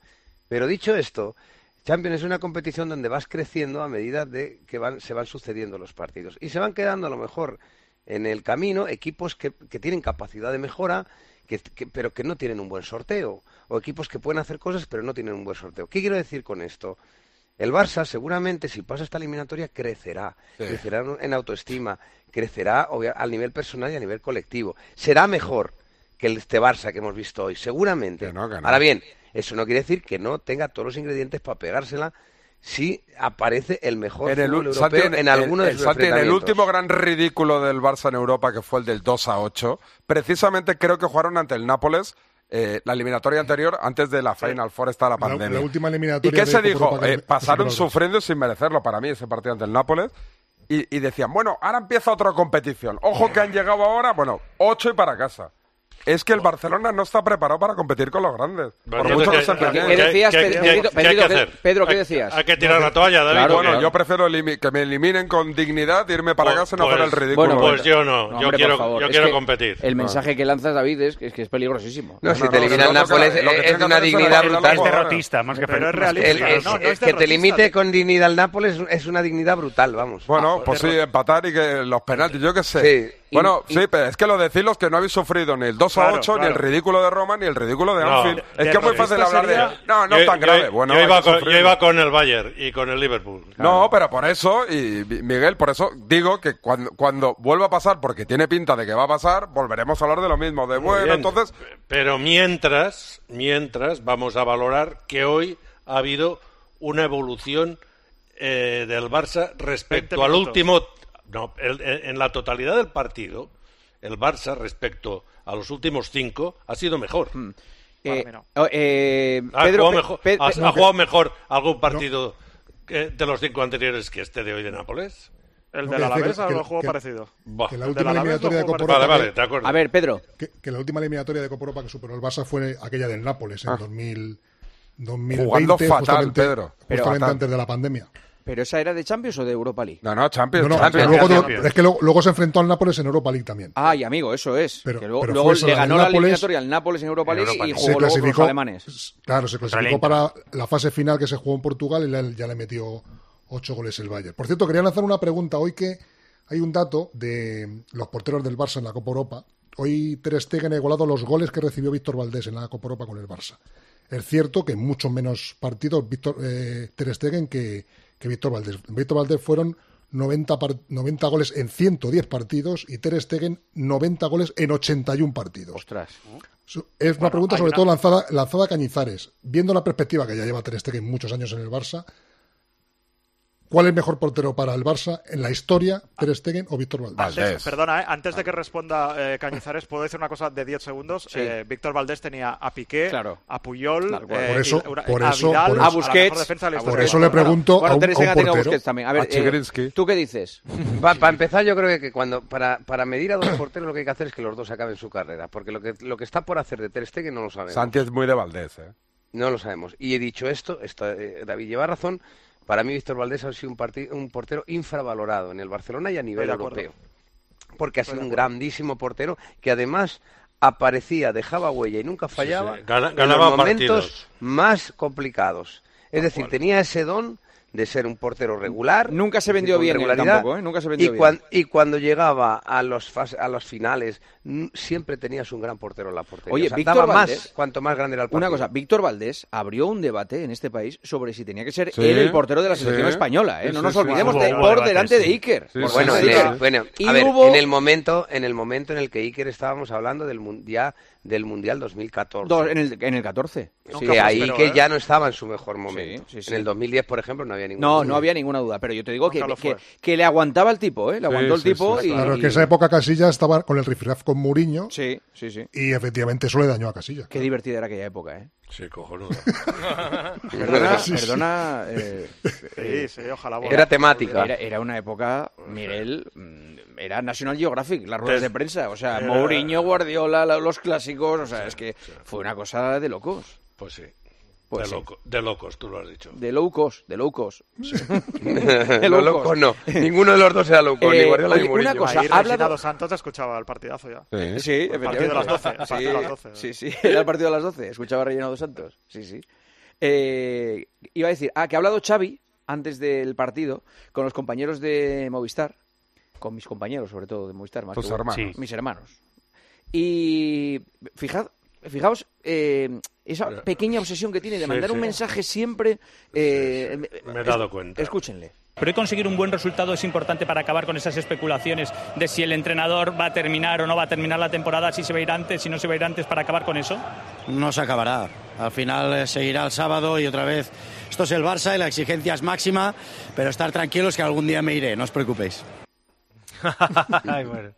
Speaker 4: Pero dicho esto, Champions es una competición donde vas creciendo a medida de que van, se van sucediendo los partidos. Y se van quedando a lo mejor en el camino equipos que, que tienen capacidad de mejora, que- que- pero que no tienen un buen sorteo. O equipos que pueden hacer cosas, pero no tienen un buen sorteo. ¿Qué quiero decir con esto? El Barça seguramente, si pasa esta eliminatoria, crecerá.
Speaker 5: Sí.
Speaker 4: Crecerá en autoestima, crecerá obvia- al nivel personal y a nivel colectivo. Será mejor que el- este Barça que hemos visto hoy, seguramente. Ahora bien, eso no quiere decir que no tenga todos los ingredientes para pegársela si aparece el mejor
Speaker 5: en el,
Speaker 4: fútbol
Speaker 5: u-
Speaker 4: europeo
Speaker 5: Santi,
Speaker 4: en alguno
Speaker 5: el-
Speaker 4: de
Speaker 5: el
Speaker 4: sus
Speaker 5: Santi, en el
Speaker 4: enfrentamientos.
Speaker 5: último gran ridículo del Barça en Europa, que fue el del 2 a 8, precisamente creo que jugaron ante el Nápoles eh, la eliminatoria anterior, antes de la Final Four, está la
Speaker 12: La,
Speaker 5: pandemia.
Speaker 12: la última
Speaker 5: ¿Y
Speaker 12: eliminatoria.
Speaker 5: qué
Speaker 12: de
Speaker 5: se
Speaker 12: Copa
Speaker 5: dijo?
Speaker 12: Europa que-
Speaker 5: Eh,
Speaker 12: que se
Speaker 5: pasaron
Speaker 12: perdió.
Speaker 5: sufriendo sin merecerlo para mí ese partido ante el Nápoles. Y, y decían, bueno, ahora empieza otra competición. Ojo que han llegado ahora, bueno, ocho y para casa. Es que el Barcelona no está preparado para competir con los grandes. Por
Speaker 9: Entonces,
Speaker 5: mucho que
Speaker 9: ¿qué-
Speaker 5: se empeñen.
Speaker 9: qué- qué- qué- qué- qué hay que hacer? Eh, Hay- Hay que tirar la toalla, David.
Speaker 5: Claro,
Speaker 9: porque-
Speaker 5: bueno, yo prefiero elimi- que me eliminen con dignidad, e irme para
Speaker 9: Pues-
Speaker 5: casa y no hacer el
Speaker 9: pues-
Speaker 5: ridículo.
Speaker 9: bueno, pues yo no. Yo
Speaker 1: por
Speaker 9: quiero-
Speaker 1: favor,
Speaker 9: yo
Speaker 1: es
Speaker 9: quiero
Speaker 1: que
Speaker 9: competir. Ah.
Speaker 1: El
Speaker 9: No.
Speaker 1: mensaje que lanzas, David, es, es que es peligrosísimo.
Speaker 4: No, si te eliminan Nápoles Eh,
Speaker 12: eh,
Speaker 4: es- es de una dignidad brutal. El- es- es que te limite con dignidad al Nápoles es una dignidad brutal, vamos.
Speaker 5: Bueno, pues sí, empatar y que los penaltis, yo qué sé.
Speaker 4: Sí.
Speaker 5: Bueno,
Speaker 4: Y- y-
Speaker 5: sí, pero es que lo decís los que no habéis sufrido ni el 2 a
Speaker 9: Claro,
Speaker 5: 8, ni
Speaker 9: claro.
Speaker 5: el ridículo de Roma, ni el ridículo de
Speaker 9: No,
Speaker 5: Anfield. es que es muy
Speaker 9: derrotista
Speaker 5: fácil hablar
Speaker 9: sería-
Speaker 5: de... No, no es
Speaker 9: Yo-
Speaker 5: tan
Speaker 9: yo-
Speaker 5: grave. Bueno,
Speaker 9: yo,
Speaker 5: hay
Speaker 9: iba
Speaker 5: que
Speaker 9: con, yo
Speaker 5: sufrirlo.
Speaker 9: iba con el Bayern y con el Liverpool.
Speaker 5: No, pero por eso, y Mi- Miguel, por eso digo que cuando, cuando vuelva a pasar, porque tiene pinta de que va a pasar, volveremos a hablar de lo mismo. De
Speaker 9: Muy
Speaker 5: bueno,
Speaker 9: bien.
Speaker 5: entonces
Speaker 9: Pero mientras, mientras vamos a valorar que hoy ha habido una evolución eh, del Barça
Speaker 3: 20
Speaker 9: respecto al
Speaker 3: minutos.
Speaker 9: último, no, el- en en la totalidad del partido, el Barça respecto a los últimos cinco ha sido mejor.
Speaker 1: Eh, oh, eh,
Speaker 9: Ha
Speaker 1: Pedro,
Speaker 9: jugado
Speaker 1: Pe-
Speaker 9: mejor,
Speaker 1: Pe-
Speaker 9: ha-
Speaker 1: Pe-
Speaker 9: ha jugado mejor algún partido que- de los cinco anteriores que este de hoy de Nápoles?
Speaker 3: El
Speaker 9: No,
Speaker 3: del
Speaker 9: que-
Speaker 3: Alavés
Speaker 9: que-
Speaker 3: a lo
Speaker 9: que-
Speaker 3: mejor
Speaker 9: que-
Speaker 3: parecido.
Speaker 9: Buah.
Speaker 12: que la
Speaker 3: El
Speaker 12: última
Speaker 3: del Alavés
Speaker 12: eliminatoria de
Speaker 3: lo jugó
Speaker 12: Copa
Speaker 3: parecido.
Speaker 12: Europa
Speaker 9: Vale, vale, de acuerdo.
Speaker 1: A ver, Pedro.
Speaker 12: Que, que la última eliminatoria de Copa Europa que superó el Barça fue aquella del Nápoles en
Speaker 1: Ah.
Speaker 12: 2000, 2020.
Speaker 5: jugando fatal,
Speaker 12: justamente-
Speaker 5: Pedro.
Speaker 12: Justamente antes de la pandemia.
Speaker 1: ¿Pero esa era de Champions o de Europa League?
Speaker 5: No, no, Champions.
Speaker 12: No, no, luego- es que luego, luego se enfrentó al Nápoles en Europa League también.
Speaker 1: Ay, Ah, amigo, eso es. que luego
Speaker 12: pero
Speaker 1: luego
Speaker 12: fue eso,
Speaker 1: le
Speaker 12: la del
Speaker 1: ganó la
Speaker 12: Nápoles.
Speaker 1: eliminatoria al Nápoles en Europa
Speaker 12: En
Speaker 1: League
Speaker 12: Europa
Speaker 1: y
Speaker 12: League.
Speaker 1: jugó
Speaker 12: Se
Speaker 1: luego con los
Speaker 12: clasificó-
Speaker 1: alemanes.
Speaker 12: Claro, se
Speaker 1: Contra
Speaker 12: clasificó
Speaker 1: el Inter.
Speaker 12: para la fase final que se jugó en Portugal y le- ya le metió ocho goles el Bayern. Por cierto, quería lanzar una pregunta hoy que hay un dato de los porteros del Barça en la Copa Europa. Hoy Ter Stegen ha igualado los goles que recibió Víctor Valdés en la Copa Europa con el Barça. Es cierto que en muchos menos partidos Víctor, eh, Ter Stegen que, que Víctor Valdés. Víctor Valdés fueron 90, par- 90 goles en 110 partidos y Ter Stegen 90 goles en 81 partidos.
Speaker 1: Ostras.
Speaker 12: Su- Es una pregunta
Speaker 1: hay
Speaker 12: sobre
Speaker 1: una-
Speaker 12: todo lanzada, lanzada a Cañizares. Viendo la perspectiva que ya lleva Ter Stegen muchos años en el Barça, ¿cuál es mejor portero para el Barça en la historia, Ter Stegen o Víctor Valdés?
Speaker 3: Antes- perdona, ¿eh? antes de que responda eh, Cañizares, puedo decir una cosa de 10 segundos.
Speaker 12: Sí.
Speaker 3: Eh, Víctor Valdés tenía a Piqué, a Puyol,
Speaker 12: cual.
Speaker 3: eh,
Speaker 12: Por eso-
Speaker 3: y- una-
Speaker 12: por
Speaker 3: a
Speaker 12: eso-
Speaker 3: Vidal,
Speaker 12: por
Speaker 3: a
Speaker 12: eso-
Speaker 3: Busquets. la mejor
Speaker 12: Busquets,
Speaker 3: defensa de la
Speaker 12: a
Speaker 3: historia.
Speaker 12: Por eso le pregunto
Speaker 1: Bueno,
Speaker 12: a un-
Speaker 1: Ter
Speaker 12: a un
Speaker 1: Stegen ha tenido a
Speaker 12: portero. Ah,
Speaker 1: Busquets también. A ver,
Speaker 12: A
Speaker 1: eh,
Speaker 12: Chigrinsky.
Speaker 1: ¿tú qué dices?
Speaker 4: Para empezar, yo creo que- que cuando para, para medir a dos porteros lo que hay que hacer es que los dos acaben su carrera, porque lo que, lo que está por hacer de Ter Stegen no lo sabemos.
Speaker 5: Santi es muy de Valdés, ¿eh?
Speaker 4: No lo sabemos. Y he dicho esto, está- eh, David lleva razón. Para mí, Víctor Valdés ha sido un, parti- un portero infravalorado en el Barcelona y a nivel
Speaker 3: Estoy de acuerdo.
Speaker 4: europeo. Porque ha sido un grandísimo portero que además aparecía, dejaba huella y nunca fallaba
Speaker 9: sí. Gana-
Speaker 4: en
Speaker 9: ganaba
Speaker 4: los momentos
Speaker 9: partidos.
Speaker 4: más complicados. Es decir, tenía ese don de ser un portero regular.
Speaker 1: Nunca se vendió
Speaker 4: con
Speaker 1: bien él
Speaker 4: regularidad,
Speaker 1: tampoco, ¿eh? Nunca se vendió
Speaker 4: y
Speaker 1: bien.
Speaker 4: cuan- y cuando llegaba a los fas- a las finales, n- siempre tenías un gran portero en la portería.
Speaker 1: Oye,
Speaker 4: O sea,
Speaker 1: Víctor
Speaker 4: daba más
Speaker 1: Valdés-
Speaker 4: cuanto más grande era el
Speaker 1: Una
Speaker 4: partido.
Speaker 1: cosa, Víctor Valdés abrió un debate en este país sobre si tenía que ser
Speaker 4: Sí,
Speaker 1: él el portero de la selección
Speaker 4: sí.
Speaker 1: española. ¿eh?
Speaker 4: Sí,
Speaker 1: No
Speaker 4: sí,
Speaker 1: nos
Speaker 4: sí,
Speaker 1: olvidemos
Speaker 4: sí.
Speaker 1: de-
Speaker 4: Hubo
Speaker 1: por
Speaker 4: debates,
Speaker 1: delante de
Speaker 4: sí.
Speaker 1: Iker.
Speaker 4: Sí,
Speaker 1: Por
Speaker 4: sí, bueno,
Speaker 1: delante de
Speaker 4: en el-
Speaker 1: Iker.
Speaker 4: bueno,
Speaker 1: Y
Speaker 4: a ver,
Speaker 1: hubo-
Speaker 4: en el momento, en el momento en el que Iker estábamos hablando del mun- ya del mundial 2014.
Speaker 1: Dos- en, el, en el 14.
Speaker 4: Sí, ahí que ya no estaba en su mejor momento.
Speaker 1: ¿eh? Sí, sí, sí.
Speaker 4: En el 2010, por ejemplo, no había ningún.
Speaker 1: No, no había ninguna duda, pero yo te digo que,
Speaker 4: Nunca lo
Speaker 1: que,
Speaker 4: fue.
Speaker 1: que le aguantaba el tipo, ¿eh? Le aguantó
Speaker 4: sí,
Speaker 1: el tipo
Speaker 4: sí,
Speaker 1: y...
Speaker 4: claro,
Speaker 12: Claro, es que esa época Casilla estaba con el rifraf con Muriño
Speaker 1: Sí, sí, sí.
Speaker 12: y efectivamente eso le dañó a Casilla.
Speaker 1: Qué divertida era aquella época, ¿eh?
Speaker 9: Sí, cojonudo.
Speaker 1: perdona,
Speaker 12: Sí, sí.
Speaker 1: perdona... eh, eh,
Speaker 3: Sí, sí, ojalá
Speaker 4: volviera. Era temática.
Speaker 1: Era, era una época, Miguel, mm, era National Geographic, las ruedas
Speaker 4: Des-
Speaker 1: de prensa. O sea,
Speaker 4: era-
Speaker 1: Mourinho, Guardiola, la- los clásicos, o sea, es que fue una cosa de locos.
Speaker 9: Pues sí.
Speaker 1: Pues
Speaker 9: de,
Speaker 1: sí.
Speaker 9: loco- de locos, tú lo has dicho.
Speaker 1: De low cost, de low cost. De
Speaker 4: Los
Speaker 1: low
Speaker 4: locos
Speaker 1: cost.
Speaker 4: no. Ninguno de los dos era loco, ni
Speaker 1: Eh,
Speaker 4: Guardiola ni
Speaker 1: oye, una
Speaker 4: Mourinho.
Speaker 1: cosa,
Speaker 3: Ahí
Speaker 1: habla
Speaker 3: Reginaldo Santos escuchaba el partidazo ya.
Speaker 1: Sí,
Speaker 3: El partido de las 12. el partido de las 12.
Speaker 1: Sí, sí, sí, era el partido de las 12. Escuchaba a Relleno dos Santos. Sí, sí. Eh, iba a decir, ah, que ha hablado Xavi antes del partido con los compañeros de Movistar, con mis compañeros sobre todo de Movistar, más
Speaker 5: Tus
Speaker 1: que bueno,
Speaker 5: hermanos. Sí.
Speaker 1: mis hermanos. Y fijad, fijaos eh, esa pequeña obsesión que tiene de
Speaker 9: Sí,
Speaker 1: mandar
Speaker 9: sí.
Speaker 1: un mensaje siempre. eh,
Speaker 9: Me he dado cuenta.
Speaker 1: Escúchenle.
Speaker 13: Pero hoy conseguir un buen resultado es importante para acabar con esas especulaciones de si el entrenador va a terminar o no va a terminar la temporada, si se va a ir antes, si no se va a ir antes, para acabar con eso.
Speaker 14: no se acabará. Al final eh, seguirá el sábado y otra vez. Esto es el Barça y la exigencia es máxima, pero estar tranquilos que algún día me iré, no os preocupéis.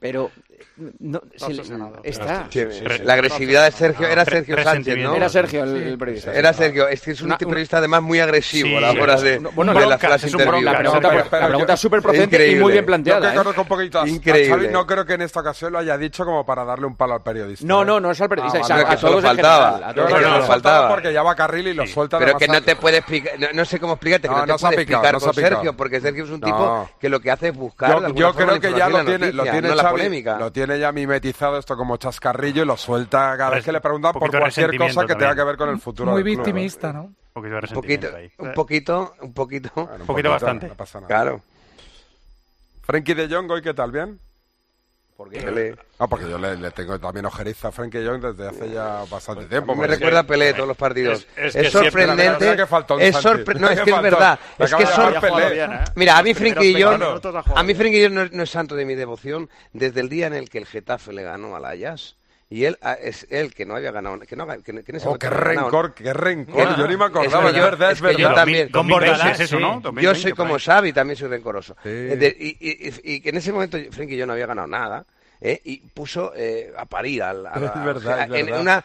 Speaker 1: Pero eh, no, se le- está.
Speaker 4: Sí, la agresividad de Sergio era Sergio Sánchez, ¿no?
Speaker 1: Era Sergio el, el periodista.
Speaker 4: Era Sergio, es que es un
Speaker 1: Una-
Speaker 4: periodista además muy agresivo
Speaker 1: Sí,
Speaker 4: a la
Speaker 1: sí.
Speaker 4: hora de,
Speaker 1: No, bueno,
Speaker 4: de
Speaker 1: broncas,
Speaker 4: las, las
Speaker 1: es un
Speaker 4: interviews.
Speaker 1: bronca, pero-
Speaker 4: Sí,
Speaker 1: pero-
Speaker 4: pero-
Speaker 1: pero- La pregunta es súper procedente y
Speaker 4: Increíble.
Speaker 1: muy bien planteada,
Speaker 5: Yo
Speaker 1: ¿eh?
Speaker 5: que conozco un poquito a- a
Speaker 4: Increíble.
Speaker 5: Xavi, no creo que en esta ocasión lo haya dicho como para darle un palo al periodista. ¿eh? Ah,
Speaker 1: No, no, no es al periodista, es a-
Speaker 4: a todos en general, a todos en
Speaker 5: no,
Speaker 4: general.
Speaker 5: faltaba
Speaker 4: faltaba.
Speaker 5: porque ya va a carril y lo suelta
Speaker 4: Pero que no
Speaker 5: demasiado.
Speaker 4: te puede explicar, no, no sé cómo explicarte, que
Speaker 5: No,
Speaker 4: no,
Speaker 5: no
Speaker 4: te
Speaker 5: se ha
Speaker 4: puede
Speaker 5: picado,
Speaker 4: explicar
Speaker 5: no se ha
Speaker 4: con
Speaker 5: picado.
Speaker 4: Sergio, porque Sergio es un
Speaker 5: No.
Speaker 4: tipo que lo que hace es buscar de
Speaker 5: yo,
Speaker 4: alguna
Speaker 5: yo
Speaker 4: forma
Speaker 5: creo
Speaker 4: la
Speaker 5: que ya lo
Speaker 4: información y la
Speaker 5: tiene, lo
Speaker 4: noticia,
Speaker 5: tiene
Speaker 4: no la
Speaker 5: Xavi,
Speaker 4: polémica.
Speaker 5: lo tiene ya mimetizado esto como chascarrillo y lo suelta cada vez que le preguntan por
Speaker 12: poquito de
Speaker 5: cualquier cosa que
Speaker 12: resentimiento
Speaker 5: tenga
Speaker 12: también.
Speaker 5: que ver con el futuro
Speaker 12: Muy
Speaker 5: del club. ¿eh?
Speaker 12: victimista, ¿no?
Speaker 5: Un poquito de
Speaker 4: Poquito,
Speaker 12: Eh,
Speaker 4: un poquito, un poquito.
Speaker 5: un poquito, bastante. no pasa nada.
Speaker 4: Claro.
Speaker 5: Frenkie de Jong hoy, ¿qué tal? ¿Bien?
Speaker 4: Que le-
Speaker 5: Ah, porque yo le, le tengo también ojeriza a Frenkie de Jong desde hace ya bastante tiempo.
Speaker 4: me
Speaker 5: porque-
Speaker 4: recuerda Pues, a Pelé todos los partidos. Es,
Speaker 5: Es- es que siempre-
Speaker 4: sorprendente.
Speaker 5: Mira que faltó un
Speaker 4: es
Speaker 5: Santi.
Speaker 4: sorpre- No, es
Speaker 5: Que
Speaker 4: que es
Speaker 5: faltó.
Speaker 4: verdad.
Speaker 5: Le
Speaker 4: Es
Speaker 5: acaba
Speaker 4: que
Speaker 5: de
Speaker 4: es
Speaker 5: llamar
Speaker 4: sorpre-
Speaker 5: Pelé. Bien, ¿eh?
Speaker 4: Mira, a mí
Speaker 5: Los primeros
Speaker 4: Frenkie de
Speaker 5: 20
Speaker 4: Jong,
Speaker 5: minutos ha jugado
Speaker 4: a mí
Speaker 5: bien.
Speaker 4: Frenkie de Jong no, es- no es santo de mi devoción desde el día en el que el Getafe le ganó al Ajax. Y él ah, es él que no había ganado. Que no, ha- que, que en ese
Speaker 5: Oh,
Speaker 4: momento
Speaker 5: qué
Speaker 4: no había ganado.
Speaker 5: rencor, qué rencor.
Speaker 4: Que-
Speaker 5: yo ni me acordaba,
Speaker 4: es que
Speaker 5: es
Speaker 4: yo-
Speaker 5: verdad,
Speaker 4: es
Speaker 5: es
Speaker 4: que yo
Speaker 5: verdad.
Speaker 4: también.
Speaker 5: Con Bordalás, sí.
Speaker 4: Yo soy como Xavi, también soy rencoroso.
Speaker 5: Sí.
Speaker 4: Eh, de- y, y- y- y que en ese momento Frenkie yo no había ganado nada. eh, y puso eh, a parir al, al-
Speaker 5: Es
Speaker 4: al-
Speaker 5: verdad, es
Speaker 4: en
Speaker 5: verdad.
Speaker 4: una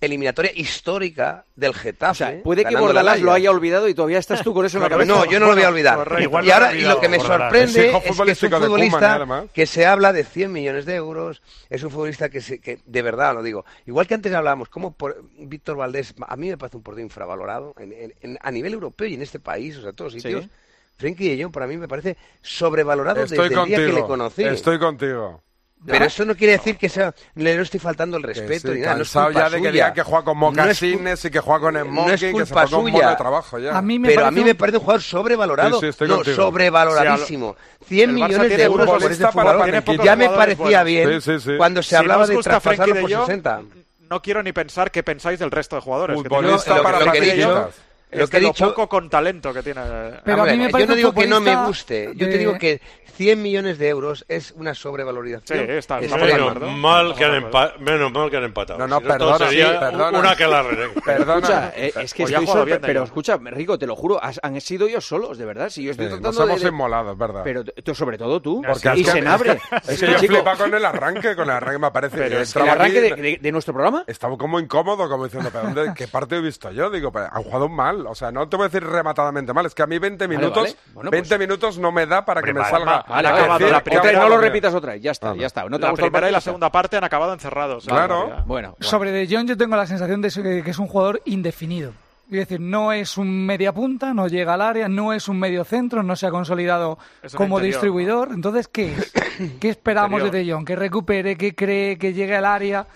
Speaker 4: eliminatoria histórica del Getafe.
Speaker 1: Puede que
Speaker 4: ganándole al
Speaker 1: Bordalás lo
Speaker 4: Ajax.
Speaker 1: haya olvidado y todavía estás tú con eso en la
Speaker 4: Correcto.
Speaker 1: cabeza.
Speaker 4: No, yo no lo voy a olvidar. y ahora y lo que me sorprende es, que es un futbolista
Speaker 5: ¿eh,
Speaker 4: que se habla de 100 millones de euros, es un futbolista que, se- que de verdad lo digo. Igual que antes hablábamos, como por, Víctor Valdés, a mí me parece un portero infravalorado en- en- en- a nivel europeo y en este país, o sea, todos
Speaker 1: Sí.
Speaker 4: sitios. Frenkie de Jong para mí me parece sobrevalorado
Speaker 5: Estoy
Speaker 4: desde el día que le
Speaker 5: contigo.
Speaker 4: conocí.
Speaker 5: Estoy contigo.
Speaker 4: Pero eso no quiere decir que sea, le no estoy faltando el respeto
Speaker 5: sí,
Speaker 4: ni nada. No es
Speaker 5: cansado
Speaker 4: culpa
Speaker 5: ya de que
Speaker 4: suya.
Speaker 5: diga que juega con
Speaker 4: No es cul-
Speaker 5: mocasines y que juega con smoking,
Speaker 4: no es
Speaker 5: que se
Speaker 4: culpa
Speaker 5: ponga un mono de
Speaker 4: suya.
Speaker 5: trabajo ya.
Speaker 4: pero a mí me parece un jugador sobrevalorado.
Speaker 5: Sí, sí, estoy
Speaker 4: no,
Speaker 5: contigo.
Speaker 4: sobrevaloradísimo. 100
Speaker 5: El Barça
Speaker 4: millones de
Speaker 5: tiene
Speaker 4: euros por
Speaker 5: futbolista
Speaker 4: este
Speaker 5: para
Speaker 4: jugador.
Speaker 5: Tiene pocos
Speaker 4: Ya me
Speaker 5: jugadores
Speaker 4: parecía
Speaker 5: buenos.
Speaker 4: bien
Speaker 5: Sí, sí, sí.
Speaker 4: cuando se
Speaker 5: Si
Speaker 4: hablaba
Speaker 5: nos
Speaker 4: de
Speaker 5: gusta
Speaker 4: traspasarlo
Speaker 5: Frenkie
Speaker 4: por
Speaker 5: de Jong,
Speaker 4: 60.
Speaker 3: No quiero ni pensar qué pensáis del resto de jugadores. que tiene
Speaker 4: Futbolista
Speaker 3: Lo que-
Speaker 4: para
Speaker 3: lo que he
Speaker 4: patriotas.
Speaker 3: dicho
Speaker 4: Lo
Speaker 3: es
Speaker 4: que he
Speaker 3: lo
Speaker 4: dicho-
Speaker 3: poco con talento que tiene. eh.
Speaker 4: A ver, yo no digo que no me
Speaker 3: futbolista
Speaker 4: guste. Yo
Speaker 3: de-
Speaker 4: te digo que 100 millones de euros es una sobrevalorización.
Speaker 3: Sí, está- está
Speaker 4: extrema.
Speaker 3: mal,
Speaker 9: Menos mal, que han empa- menos mal que han empatado.
Speaker 5: No, no,
Speaker 9: Si todo
Speaker 5: perdona,
Speaker 9: sería
Speaker 5: sí, perdona. Pues
Speaker 9: Una que la re-
Speaker 1: Escucha, eh, es que
Speaker 9: Hoy ha
Speaker 1: estoy
Speaker 9: jugado
Speaker 1: sorpre-
Speaker 9: bien,
Speaker 5: eh.
Speaker 1: Pero
Speaker 9: Daniel.
Speaker 1: escucha, Rico, te lo juro, has- han sido ellos solos, de verdad. Si yo estoy
Speaker 5: Sí, nos
Speaker 1: tratando de-
Speaker 5: hemos
Speaker 1: de.
Speaker 5: inmolado, es verdad.
Speaker 1: Pero t- tú- sobre todo tú.
Speaker 5: Porque
Speaker 1: y
Speaker 5: es que-
Speaker 1: Senabre.
Speaker 5: Es que, es que yo
Speaker 1: chico,
Speaker 5: flipaba con el arranque, con el arranque me parece.
Speaker 1: Pero
Speaker 5: yo
Speaker 1: es que el
Speaker 5: entraba
Speaker 1: arranque
Speaker 5: aquí-
Speaker 1: de, de- de nuestro programa.
Speaker 5: Estaba como incómodo, como diciendo, ¿pero dónde, ¿qué parte he visto yo? Digo, pero han jugado mal. O sea, no te voy a decir rematadamente mal. Es que a mí 20
Speaker 1: Vale,
Speaker 5: minutos,
Speaker 1: vale. Bueno, pues
Speaker 5: 20 minutos no me da para que me salga.
Speaker 1: Vale,
Speaker 5: la
Speaker 1: vale,
Speaker 5: canción
Speaker 1: vale,
Speaker 5: que
Speaker 1: ok,
Speaker 5: acabo
Speaker 1: no
Speaker 5: de
Speaker 1: lo
Speaker 5: ver.
Speaker 1: repitas otra vez. Ya está, ya está. No
Speaker 4: Ah,
Speaker 1: te ha
Speaker 3: la
Speaker 1: gustado el
Speaker 3: primera y la
Speaker 1: partido,
Speaker 3: segunda parte han acabado encerrados. en realidad.
Speaker 1: Bueno.
Speaker 11: Sobre De Jong yo tengo la sensación de que que es un jugador indefinido. Es decir, no es un media punta, no llega al área, no es un medio centro, no se ha consolidado
Speaker 15: Es un
Speaker 11: como
Speaker 15: interior,
Speaker 11: distribuidor. Entonces, ¿qué es? ¿Qué esperamos
Speaker 15: Interior.
Speaker 11: de De Jong? Que recupere, que cree, que llegue al área.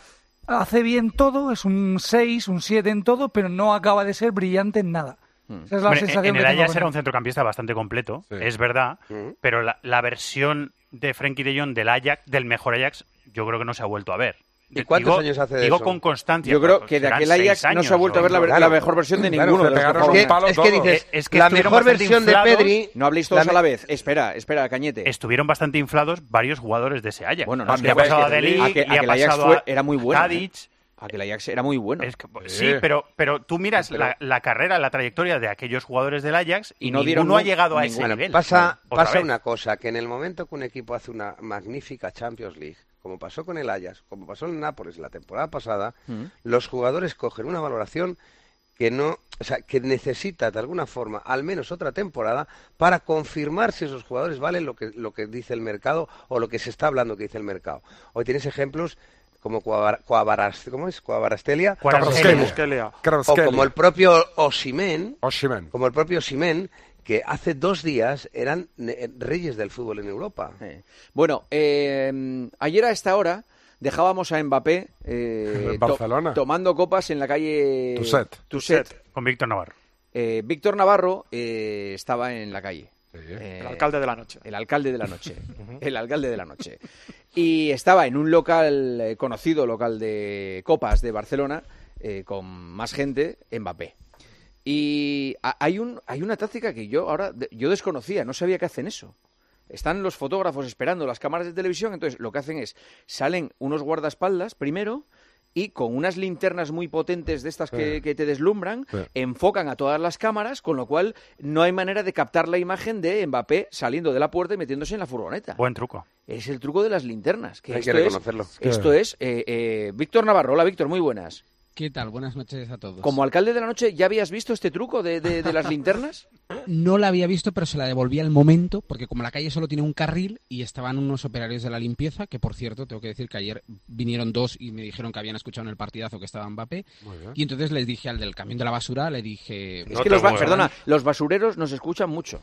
Speaker 11: hace bien todo, es un 6, un 7 en todo, pero no acaba de ser brillante en nada. Esa es la
Speaker 8: Hombre,
Speaker 11: sensación
Speaker 8: en
Speaker 11: que
Speaker 8: el
Speaker 11: tengo
Speaker 8: Ajax
Speaker 11: con
Speaker 8: era
Speaker 11: él.
Speaker 8: un centrocampista bastante completo, es verdad, pero la, la versión de Frenkie de Jong del Ajax, del mejor Ajax, yo creo que no se ha vuelto a ver.
Speaker 4: ¿Y cuántos
Speaker 8: Digo-
Speaker 4: años hace de
Speaker 8: Digo
Speaker 4: eso?
Speaker 8: con constancia.
Speaker 4: Yo creo
Speaker 8: pues,
Speaker 4: que de
Speaker 8: serán
Speaker 4: aquel
Speaker 8: seis
Speaker 4: Ajax no se ha vuelto a ver la
Speaker 8: años,
Speaker 4: ver-
Speaker 8: o-
Speaker 4: la mejor versión de Claro, ninguno se de los pegaron dos. un palo
Speaker 8: Es que
Speaker 4: todo.
Speaker 8: dices,
Speaker 4: Es-
Speaker 8: es
Speaker 4: es
Speaker 8: que
Speaker 4: que la
Speaker 8: estuvieron
Speaker 4: mejor
Speaker 8: bastante
Speaker 4: versión de
Speaker 8: inflados-
Speaker 4: Pedri-
Speaker 1: No habléis todos
Speaker 8: La-
Speaker 1: a la vez. Espera, espera, Cañete.
Speaker 8: Estuvieron bastante inflados varios jugadores de ese Ajax.
Speaker 1: Bueno, no,
Speaker 8: Porque
Speaker 1: es que
Speaker 8: ha pasado a
Speaker 1: aquel-
Speaker 8: Delic,
Speaker 1: aquel-
Speaker 8: y ha
Speaker 1: aquel Ajax
Speaker 8: pasado
Speaker 1: fue-
Speaker 8: a-
Speaker 1: era muy
Speaker 8: a
Speaker 1: bueno, ¿eh?
Speaker 8: Tadic.
Speaker 1: Aquel Ajax era muy bueno.
Speaker 8: Sí,
Speaker 4: Eh,
Speaker 8: pero, pero tú miras la, la carrera, la trayectoria de aquellos jugadores del Ajax y,
Speaker 4: no dieron
Speaker 8: ninguno ha
Speaker 4: nu-
Speaker 8: llegado a ese
Speaker 4: Bueno,
Speaker 8: nivel.
Speaker 4: Pasa,
Speaker 8: Otra
Speaker 4: pasa
Speaker 8: vez.
Speaker 4: una cosa, que en el momento que un equipo hace una magnífica Champions League, como pasó con el Ajax, como pasó en el Nápoles la temporada pasada,
Speaker 5: Mm.
Speaker 4: los jugadores cogen una valoración que no, o sea, que necesita de alguna forma al menos otra temporada para confirmar si esos jugadores valen lo que lo que dice el mercado o lo que se está hablando que dice el mercado. Hoy tienes ejemplos como Coabar- Coabaras- ¿cómo es? Coabarastelia,
Speaker 5: Cuadraskelia.
Speaker 4: Cuadraskelia.
Speaker 5: Cuadraskelia.
Speaker 4: o como el propio Osimen, como el propio Osimen que hace dos días eran eh, reyes del fútbol en Europa.
Speaker 1: Bueno, eh, ayer a esta hora dejábamos a Mbappé eh,
Speaker 5: En
Speaker 1: to-
Speaker 5: Barcelona.
Speaker 1: tomando copas en la calle
Speaker 5: Tuset.
Speaker 8: Con Víctor Navarro.
Speaker 1: Eh, Víctor Navarro eh, estaba en la calle. el
Speaker 3: alcalde de la noche.
Speaker 1: El alcalde de la noche. el alcalde de la noche. Y estaba en un local, eh, conocido local de copas de Barcelona, eh, con más gente, Mbappé. Y ha- hay, un, hay una táctica que yo ahora de- yo desconocía, no sabía que hacen eso. Están los fotógrafos esperando las cámaras de televisión, entonces lo que hacen es salen unos guardaespaldas primero y con unas linternas muy potentes de estas que,
Speaker 5: Sí.
Speaker 1: que te deslumbran,
Speaker 5: Sí.
Speaker 1: enfocan a todas las cámaras, con lo cual no hay manera de captar la imagen de Mbappé saliendo de la puerta y metiéndose en la furgoneta.
Speaker 8: Buen truco.
Speaker 1: Es el truco de las linternas. Que
Speaker 4: Hay que
Speaker 1: esto es-
Speaker 4: reconocerlo.
Speaker 1: esto es eh, eh, Víctor Navarro. Hola Víctor, muy buenas.
Speaker 15: ¿Qué tal? Buenas noches a todos.
Speaker 1: Como alcalde de la noche, ¿ya habías visto este truco de, de- de las linternas?
Speaker 15: No la había visto, pero se la devolví al momento, porque como la calle solo tiene un carril y estaban unos operarios de la limpieza, que por cierto, tengo que decir que ayer vinieron dos y me dijeron que habían escuchado en el partidazo que estaba Mbappé,
Speaker 1: Muy bien.
Speaker 15: y entonces les dije al del camión de la basura, le dije...
Speaker 1: es que los, ba-
Speaker 4: ¿eh?
Speaker 1: perdona, los basureros nos escuchan mucho.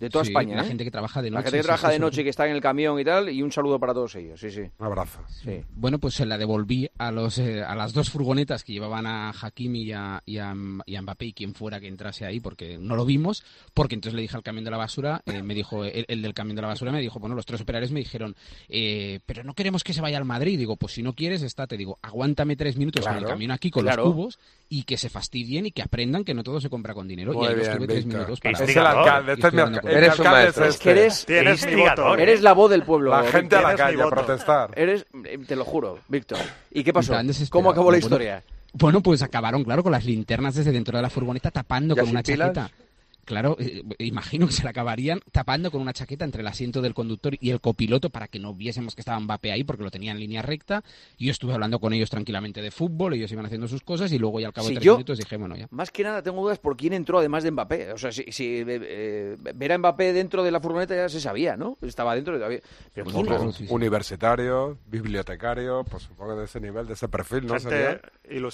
Speaker 1: De toda
Speaker 15: Sí,
Speaker 1: España.
Speaker 15: la
Speaker 1: ¿eh?
Speaker 15: gente que trabaja de
Speaker 1: La
Speaker 15: noche,
Speaker 1: gente que
Speaker 15: sí,
Speaker 1: trabaja
Speaker 15: sí,
Speaker 1: de
Speaker 15: sí.
Speaker 1: noche y que está en el camión y tal. Y un saludo para todos ellos. Sí, sí.
Speaker 5: Un abrazo.
Speaker 1: Sí.
Speaker 15: Bueno, pues se la devolví a los eh, a las dos furgonetas que llevaban a Hakimi y a, y a- y a Mbappé y quien fuera que entrase ahí, porque no lo vimos, porque entonces le dije al camión de la basura, eh, me dijo el, el del camión de la basura me dijo, bueno, los tres operarios me dijeron, eh, pero no queremos que se vaya al Madrid, digo, pues si no quieres, estate, digo, aguántame tres minutos con
Speaker 16: Claro,
Speaker 15: el camión aquí con
Speaker 16: claro.
Speaker 15: los cubos y que se fastidien y que aprendan que no todo se compra con dinero.
Speaker 5: Muy
Speaker 15: y ahí
Speaker 5: bien,
Speaker 15: estuve tres
Speaker 5: Víctor.
Speaker 15: minutos
Speaker 5: Es
Speaker 15: para
Speaker 5: el alcalde, este es
Speaker 15: Estuve
Speaker 5: mi
Speaker 15: hablando
Speaker 5: alca-
Speaker 15: con
Speaker 5: el
Speaker 15: ellos.
Speaker 5: alcalde es Maestro, este.
Speaker 1: Es que eres,
Speaker 5: Tienes mi voto.
Speaker 1: eres la voz del pueblo.
Speaker 5: La gente a la
Speaker 1: Víctor.
Speaker 5: calle a protestar.
Speaker 1: Eres, eh, te lo juro, Víctor. ¿Y qué pasó?
Speaker 15: Estaban desesperados.
Speaker 1: ¿Cómo acabó la
Speaker 15: Bueno,
Speaker 1: historia?
Speaker 15: Bueno, pues acabaron, claro, con las linternas desde dentro de la furgoneta tapando
Speaker 1: ¿Ya
Speaker 15: con una
Speaker 1: sin pilas?
Speaker 15: chaqueta. Claro, eh, imagino que se la acabarían tapando con una chaqueta entre el asiento del conductor y el copiloto para que no viésemos que estaba Mbappé ahí porque lo tenía en línea recta. Yo estuve hablando con ellos tranquilamente de fútbol, ellos iban haciendo sus cosas y luego ya al cabo
Speaker 1: Si
Speaker 15: de tres
Speaker 1: yo-
Speaker 15: minutos dije, bueno, ya.
Speaker 1: Más que nada tengo dudas por quién entró además de Mbappé. O sea, si, si, eh, eh, ver a Mbappé dentro de la furgoneta ya se sabía, ¿no? Estaba dentro. de- Pero pues, ¿quién
Speaker 5: Supongo,
Speaker 1: entró?
Speaker 5: Universitario, bibliotecario, pues supongo de ese nivel, de ese perfil, ¿no? Sería.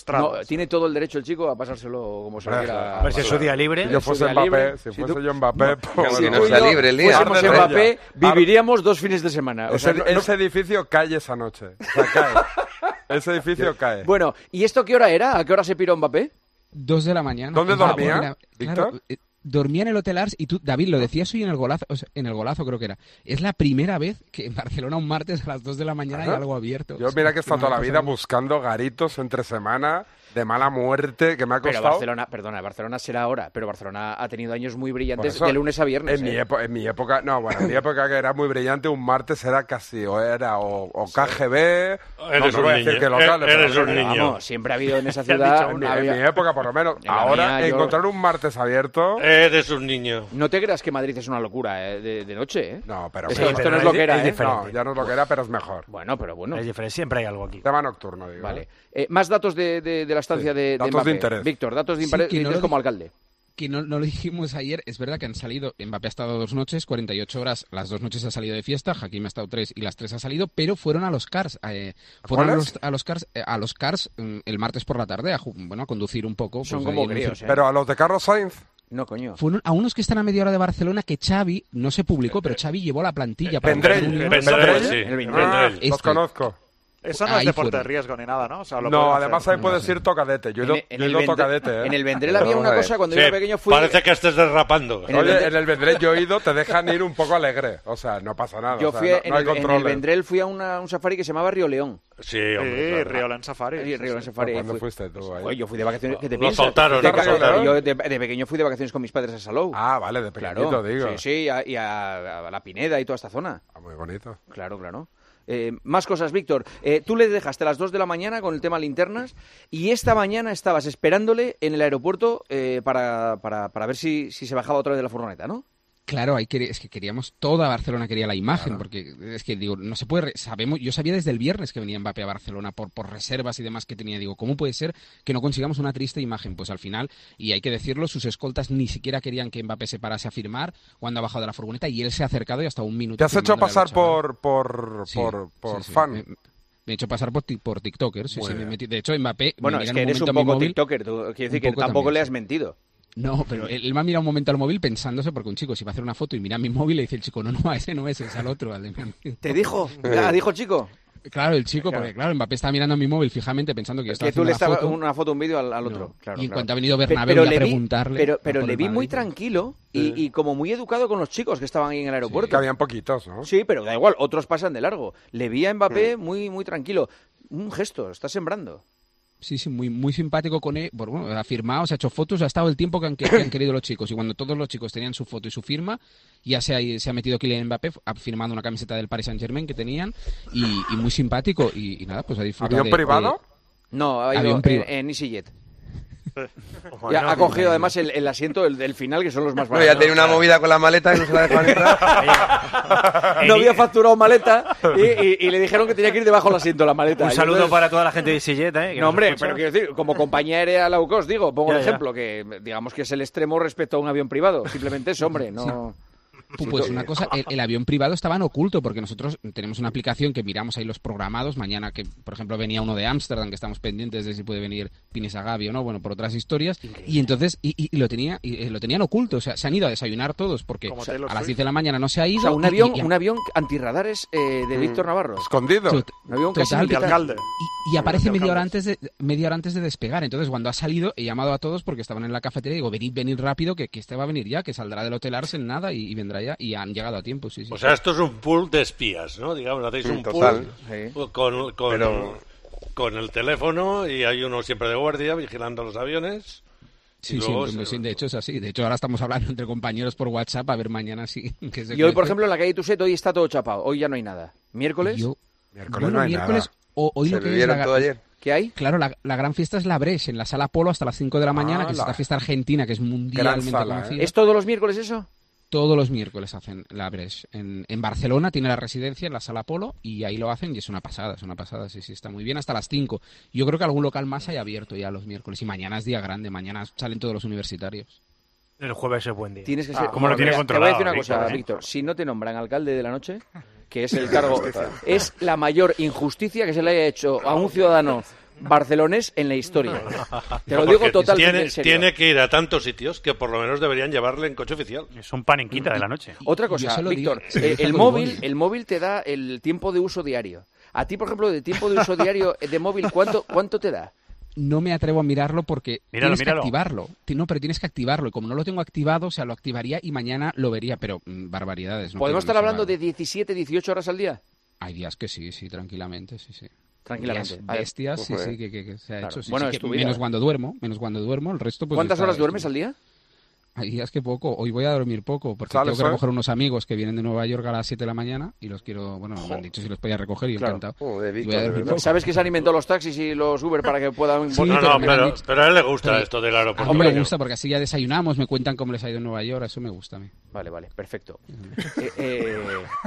Speaker 1: No, tiene todo el derecho el chico a pasárselo como se lo
Speaker 5: Hombre,
Speaker 1: quiera.
Speaker 5: a ver si es su día libre. Si yo
Speaker 1: Es su
Speaker 5: fuese
Speaker 1: día
Speaker 5: Mbappé,
Speaker 1: libre.
Speaker 5: si
Speaker 1: tú-
Speaker 5: fuese yo Mbappé, pues,
Speaker 1: si
Speaker 5: que no
Speaker 1: tú y
Speaker 5: sea
Speaker 1: yo
Speaker 5: libre el día.
Speaker 1: fuésemos
Speaker 5: Arde
Speaker 1: Mbappé,
Speaker 5: Reyes.
Speaker 1: viviríamos dos fines de semana. O
Speaker 5: Ese,
Speaker 1: sea, no- no-
Speaker 5: ese edificio cae esa noche. O sea, cae. ese edificio cae.
Speaker 1: Bueno, ¿y esto qué hora era? ¿A qué hora se piró Mbappé?
Speaker 15: Dos de la mañana.
Speaker 5: ¿Dónde
Speaker 15: Ah, bueno,
Speaker 5: dormía,
Speaker 15: era- claro,
Speaker 5: Víctor?
Speaker 15: eh, dormía en el Hotel Ars y tú, David, lo decías hoy en el golazo, o sea, en el golazo creo que era. Es la primera vez que en Barcelona un martes a las dos de la mañana hay
Speaker 5: Ajá.
Speaker 15: algo abierto.
Speaker 5: Yo mira que he estado
Speaker 15: Una
Speaker 5: toda la
Speaker 15: cosa
Speaker 5: vida
Speaker 15: muy-
Speaker 5: buscando garitos entre semana de mala muerte que me ha
Speaker 1: Pero
Speaker 5: costado.
Speaker 1: Barcelona, perdona, Barcelona será ahora, pero Barcelona ha tenido años muy
Speaker 5: Por
Speaker 1: brillantes
Speaker 5: eso,
Speaker 1: de lunes a viernes.
Speaker 5: En, mi
Speaker 1: ¿eh?
Speaker 5: epo- en mi época, no, bueno, en mi época que era muy brillante, un martes era casi, o era o, o KGB, no,
Speaker 9: Eres
Speaker 5: no voy a
Speaker 9: un
Speaker 5: decir
Speaker 9: niño.
Speaker 5: que locales, pero
Speaker 9: Eres
Speaker 5: bueno,
Speaker 9: un niño.
Speaker 1: Vamos, siempre ha habido en esa
Speaker 5: Te han
Speaker 1: ciudad.
Speaker 5: dicho uno.
Speaker 1: había-
Speaker 5: En mi época, por lo menos.
Speaker 1: En la
Speaker 5: Ahora,
Speaker 1: mía, yo-
Speaker 5: encontrar un martes abierto.
Speaker 9: Eres un niño.
Speaker 1: No te creas que Madrid es una locura eh, de, de noche, ¿eh?
Speaker 5: No, pero
Speaker 1: esto,
Speaker 5: bueno,
Speaker 1: esto
Speaker 5: pero
Speaker 1: no es lo
Speaker 5: es
Speaker 1: que
Speaker 5: di-
Speaker 1: era,
Speaker 5: es
Speaker 1: ¿eh?
Speaker 5: diferente. No, ya no es lo que era, pero es mejor.
Speaker 1: Bueno, pero bueno.
Speaker 10: Es diferente, siempre hay algo aquí.
Speaker 5: Tema nocturno, digo.
Speaker 1: Vale. Eh, más datos de, de- de la estancia
Speaker 5: Sí,
Speaker 1: de, de
Speaker 5: datos de
Speaker 1: Mbappé.
Speaker 5: interés.
Speaker 1: Víctor, datos de
Speaker 15: Sí,
Speaker 1: impare-
Speaker 15: que no
Speaker 1: interés
Speaker 15: lo
Speaker 1: como
Speaker 15: di-
Speaker 1: alcalde.
Speaker 15: que no, no lo dijimos ayer, es verdad que han salido, Mbappé ha estado dos noches, 48 horas, las dos noches ha salido de fiesta, Hakim ha estado tres y las tres ha salido, pero fueron a los Cars, eh, fueron a
Speaker 5: cuáles?
Speaker 15: los, a los Cars, eh, a los Cars mm, el martes por la tarde, a, ju- bueno, a conducir un poco. pues, ahí en un cer-
Speaker 5: ¿eh? Pero a los de Carlos Sainz.
Speaker 1: No, coño.
Speaker 15: Fueron a unos que están a media hora de Barcelona que Xavi,
Speaker 5: Eh,
Speaker 15: no se publicó, pero Xavi llevó la plantilla. para
Speaker 5: Vendrell,
Speaker 15: buscar un-
Speaker 5: Vendrell, sí.
Speaker 15: El
Speaker 5: Ah,
Speaker 15: Vendrell.
Speaker 5: los
Speaker 15: Este,
Speaker 5: conozco.
Speaker 3: Eso no
Speaker 15: Ahí
Speaker 3: es deporte
Speaker 15: fuera.
Speaker 3: de riesgo ni nada, ¿no? O sea, lo
Speaker 5: No,
Speaker 3: pueden
Speaker 5: además
Speaker 3: hacer.
Speaker 5: ahí puedes ir tocadete. Yo he ido,
Speaker 3: En el- en
Speaker 5: yo he
Speaker 3: el
Speaker 5: ido
Speaker 3: Vendrell-
Speaker 5: tocadete, ¿eh?
Speaker 1: en el Vendrell había una cosa cuando yo era pequeño fui-
Speaker 9: Parece que estés derrapando.
Speaker 1: En el
Speaker 5: Oye,
Speaker 1: Vendrell-
Speaker 5: en el Vendrell yo he ido, te dejan ir un poco alegre. O sea, no pasa nada.
Speaker 1: Yo
Speaker 5: Ah, o sea,
Speaker 1: fui
Speaker 5: no,
Speaker 1: en,
Speaker 5: no hay
Speaker 1: el, en el
Speaker 5: controles.
Speaker 1: Vendrell fui a una- un safari que se llamaba Río León.
Speaker 9: Sí,
Speaker 3: hombre, Sí, claro. Río León Safari, sí,
Speaker 1: Río León
Speaker 3: sí.
Speaker 1: Safari.
Speaker 3: ¿Cuándo
Speaker 5: fuiste tú ahí?
Speaker 1: Oye, yo fui de vacaciones. ¿Qué te
Speaker 5: Lo
Speaker 1: piensas?
Speaker 5: soltaron,
Speaker 1: De,
Speaker 5: lo soltaron.
Speaker 1: Yo de, de pequeño fui de vacaciones con mis padres a Salou.
Speaker 5: Ah, vale, de pequeñito,
Speaker 1: Claro,
Speaker 5: digo. Ah,
Speaker 1: Sí, sí, a- y a, a la Pineda y toda esta zona.
Speaker 5: muy bonito.
Speaker 1: Claro, claro. Eh, más cosas, Víctor. Eh, tú le dejaste a las 2 de la mañana con el tema linternas y esta mañana estabas esperándole en el aeropuerto eh, para, para, para ver si, si se bajaba otra vez de la furgoneta, ¿no?
Speaker 15: Claro, ahí quere- es que queríamos, toda Barcelona quería la imagen, porque es que digo, no se puede, re- sabemos, yo sabía desde el viernes que venía Mbappé a Barcelona por, por reservas y demás que tenía, digo, ¿cómo puede ser que no consigamos una triste imagen? Pues al final, y hay que decirlo, sus escoltas ni siquiera querían que Mbappé se parase a firmar cuando ha bajado de la furgoneta y él se ha acercado y hasta un minuto.
Speaker 5: Te has hecho
Speaker 15: firmándole al
Speaker 5: pasar
Speaker 15: chaval.
Speaker 5: por, por,
Speaker 15: Sí,
Speaker 5: por, por
Speaker 15: sí, sí.
Speaker 5: fan.
Speaker 15: Me, me he hecho pasar por, ti- por TikToker, sí,
Speaker 5: Muy
Speaker 15: sí, me
Speaker 5: bien.
Speaker 15: metí- De hecho, Mbappé... me
Speaker 1: Bueno,
Speaker 15: mira
Speaker 1: es
Speaker 15: en
Speaker 1: que eres un
Speaker 15: momento a mi
Speaker 1: poco
Speaker 15: móvil.
Speaker 1: TikToker. tú- Quiero
Speaker 15: Un
Speaker 1: decir que
Speaker 15: poco
Speaker 1: tampoco
Speaker 15: también,
Speaker 1: le
Speaker 15: sí.
Speaker 1: has mentido.
Speaker 15: No, pero él, él me ha mirado un momento al móvil pensándose, porque un chico, si va a hacer una foto y mira mi móvil, le dice el chico, no, no, a ese no es, es al otro. al de mi amigo".
Speaker 1: ¿Te dijo? Ah, dijo el chico.
Speaker 15: Claro, el chico, porque claro, Mbappé está mirando a mi móvil fijamente pensando que yo estaba
Speaker 1: Que tú le
Speaker 15: haciendo la
Speaker 1: estabas
Speaker 15: foto.
Speaker 1: una foto, un vídeo al, al otro. Claro,
Speaker 15: Y en
Speaker 1: claro.
Speaker 15: cuanto ha venido
Speaker 1: Pe-
Speaker 15: Bernabéu ya a
Speaker 1: le vi-
Speaker 15: preguntarle
Speaker 1: Pero, pero
Speaker 15: por
Speaker 1: le
Speaker 15: el
Speaker 1: vi
Speaker 15: Madrid.
Speaker 1: muy tranquilo y, y como muy educado con los chicos que estaban ahí en el aeropuerto.
Speaker 5: Que habían poquitos, ¿no?
Speaker 1: Sí, pero da igual, otros pasan de largo. Le vi a Mbappé muy, muy tranquilo. Un gesto, está sembrando.
Speaker 15: Sí, sí, muy, muy simpático con él. Bueno, ha firmado, se ha hecho fotos, ha estado el tiempo que han, que- que han querido los chicos. Y cuando todos los chicos tenían su foto y su firma, ya se ha, se ha metido Kylian Mbappé, ha firmado una camiseta del Paris Saint Germain que tenían y, y muy simpático. Y, y nada, pues ha disfrutado.
Speaker 5: ¿Avión
Speaker 15: de-
Speaker 5: privado?
Speaker 1: No, ha
Speaker 15: Avión
Speaker 1: ido en,
Speaker 15: privado.
Speaker 1: en EasyJet.
Speaker 9: Ojo,
Speaker 1: Ya
Speaker 9: no,
Speaker 1: ha cogido
Speaker 9: no.
Speaker 1: además el, el asiento del, del final, que son los más
Speaker 4: Bueno,
Speaker 1: baratos.
Speaker 4: ya tenía una movida con la maleta y no se la dejaban entrar.
Speaker 1: No había facturado maleta y, y- y le dijeron que tenía que ir debajo del asiento la maleta.
Speaker 10: Un
Speaker 1: Y
Speaker 10: saludo
Speaker 1: entonces-
Speaker 10: para toda la gente de Sillet, ¿eh? que
Speaker 1: pues- No,
Speaker 10: nos
Speaker 1: hombre,
Speaker 10: escucha.
Speaker 1: pero quiero decir, como compañía aérea low cost, digo, pongo
Speaker 10: Ya,
Speaker 1: el
Speaker 10: ya.
Speaker 1: ejemplo, que digamos que es el extremo respecto a un avión privado. Simplemente es, hombre, no...
Speaker 15: Pu- Pues una cosa, el, el avión privado estaba en oculto porque nosotros tenemos una aplicación que miramos ahí los programados. Mañana que, por ejemplo, venía uno de Ámsterdam, que estamos pendientes de si puede venir Pines Agavi o no, bueno, por otras historias. Y entonces, y, y- y lo tenía y, eh, lo tenían oculto, o sea, se han ido a desayunar todos porque
Speaker 1: Como
Speaker 15: o sea,
Speaker 1: Taylor
Speaker 15: a las
Speaker 1: Swift.
Speaker 15: 10 de la mañana no se ha ido.
Speaker 1: O sea, un
Speaker 15: y-
Speaker 1: avión,
Speaker 15: y- y-
Speaker 1: un avión antirradares eh, de Víctor Navarro.
Speaker 5: Escondido.
Speaker 15: Tot-
Speaker 1: Un avión casi
Speaker 15: total,
Speaker 1: militar.
Speaker 15: total. Y, y aparece
Speaker 1: Un avión
Speaker 15: media hora, antes de, media hora antes de despegar. Entonces, cuando ha salido, he llamado a todos porque estaban en la cafetería y digo, venid, venid rápido, que, que este va a venir ya, que saldrá del hotel Arsen nada y, y vendrá ya. Y han llegado a tiempo, sí, sí.
Speaker 9: O sea, esto es un pool de espías, ¿no? Digamos, hacéis
Speaker 15: Sí,
Speaker 9: un
Speaker 15: total.
Speaker 9: pool con, con-
Speaker 15: Pero-
Speaker 9: con el teléfono y hay uno siempre de guardia vigilando los aviones. y
Speaker 15: Sí, sí,
Speaker 9: luego
Speaker 15: entiendo,
Speaker 9: se-
Speaker 15: sí, de hecho es así. De hecho, ahora estamos hablando entre compañeros por WhatsApp a ver mañana si. que se
Speaker 1: Y hoy, por
Speaker 15: cuece.
Speaker 1: ejemplo, en la calle Tuset, hoy está todo chapado. Hoy ya no hay nada. ¿Miércoles?
Speaker 15: Yo- bueno, miércoles, o- hoy lo que es la-
Speaker 1: ¿Qué hay?
Speaker 15: Claro, la, la gran fiesta es la Breche, en la sala Polo hasta las 5 de la mañana, que es
Speaker 1: Ah, la- ¿eh?
Speaker 15: esta fiesta argentina que es mundialmente conocida.
Speaker 1: ¿Es todos los miércoles eso?
Speaker 15: Todos los miércoles hacen la Breche. En, en Barcelona tiene la residencia en la sala Polo y ahí lo hacen y es una pasada, es una pasada, sí, sí, está muy bien, hasta las 5. Yo creo que algún local más haya abierto ya los miércoles y mañana es día grande, mañana salen todos los universitarios.
Speaker 10: El jueves es buen día.
Speaker 1: Tienes
Speaker 11: Ah.
Speaker 1: que ser.
Speaker 10: Como lo tiene
Speaker 1: Mira,
Speaker 10: controlado.
Speaker 1: Te voy a decir una
Speaker 10: Víctor,
Speaker 1: cosa,
Speaker 10: ¿eh?
Speaker 1: Víctor. Si no te nombran alcalde de la noche, que es el cargo, es la mayor injusticia que se le haya hecho a un ciudadano barcelonés en la historia. Te lo
Speaker 9: No,
Speaker 1: digo
Speaker 9: porque
Speaker 1: totalmente
Speaker 9: tiene,
Speaker 1: en serio.
Speaker 9: tiene que ir a tantos sitios que por lo menos deberían llevarle en coche oficial.
Speaker 10: Es un panenquita de la noche.
Speaker 1: Otra cosa, Víctor, eh, el móvil, el móvil te da el tiempo de uso diario. A ti, por ejemplo, de tiempo de uso diario eh, de móvil, ¿cuánto, cuánto te da?
Speaker 15: no me atrevo a mirarlo porque
Speaker 1: Míralo,
Speaker 15: tienes
Speaker 1: míralo.
Speaker 15: que activarlo. Ti- No, pero tienes que activarlo. Y como no lo tengo activado, o sea, lo activaría y mañana lo vería. Pero mm, barbaridades. no
Speaker 1: ¿Podemos
Speaker 15: quiero
Speaker 1: estar hablando
Speaker 15: mencionar.
Speaker 1: de 17, 18 horas al día?
Speaker 15: Hay días que sí, sí, tranquilamente, sí, sí.
Speaker 1: Tranquilamente.
Speaker 15: Días
Speaker 1: A ver.
Speaker 15: bestias, sí,
Speaker 1: Joder.
Speaker 15: sí, que, que- que se ha
Speaker 1: eh. Claro.
Speaker 15: hecho. sí,
Speaker 1: Bueno,
Speaker 15: sí, que
Speaker 1: es tu vida,
Speaker 15: menos
Speaker 1: ¿eh?
Speaker 15: cuando duermo, menos cuando duermo. El resto, pues.
Speaker 1: ¿Cuántas
Speaker 15: está-
Speaker 1: horas duermes al día?
Speaker 15: Hay días que poco. Hoy voy a dormir poco porque
Speaker 1: ¿Sales
Speaker 15: tengo que
Speaker 1: hoy?
Speaker 15: recoger unos amigos que vienen de Nueva York a las 7 de la mañana y los quiero. Bueno, me han dicho si los podía recoger y yo
Speaker 1: Claro.
Speaker 15: encantado. Y voy a dormir poco.
Speaker 1: ¿Sabes que se han inventado los taxis y los Uber para que puedan...
Speaker 15: Sí,
Speaker 9: no,
Speaker 15: pero
Speaker 9: no,
Speaker 15: me lo han
Speaker 9: pero,
Speaker 15: dicho.
Speaker 9: pero a él le gusta
Speaker 15: Pero-
Speaker 9: esto del aeropuerto.
Speaker 15: Hombre, me
Speaker 9: pequeño.
Speaker 15: gusta porque así ya desayunamos, me cuentan cómo les ha ido en Nueva York, eso me gusta a mí.
Speaker 1: Vale, vale, perfecto. Eh, eh,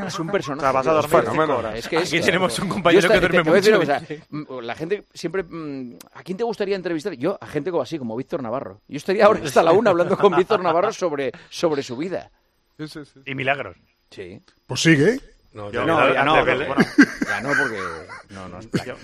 Speaker 1: es un personaje.
Speaker 15: O sea, vas a
Speaker 1: tío,
Speaker 15: dormir
Speaker 1: cinco
Speaker 15: fenómeno.
Speaker 1: horas. Es que
Speaker 10: Aquí
Speaker 1: es-
Speaker 10: tenemos un
Speaker 1: Yo
Speaker 10: compañero
Speaker 1: esta-
Speaker 10: que
Speaker 1: te-
Speaker 10: duerme
Speaker 1: te voy a decir
Speaker 10: mucho.
Speaker 1: una cosa. Mm, La gente siempre. mm, ¿A quién te gustaría entrevistar? Yo, a gente como así, como Víctor Navarro. Yo estaría ahora hasta la una hablando con Víctor Navarro sobre, sobre su vida.
Speaker 5: Sí, sí, sí.
Speaker 10: Y milagros.
Speaker 1: Sí.
Speaker 12: Pues sigue.
Speaker 9: No,
Speaker 15: Yo-
Speaker 9: ya-
Speaker 15: no, ya no,
Speaker 9: antes ¿eh?
Speaker 15: que-
Speaker 9: de-
Speaker 15: bueno, ya no, porque-
Speaker 9: no, no.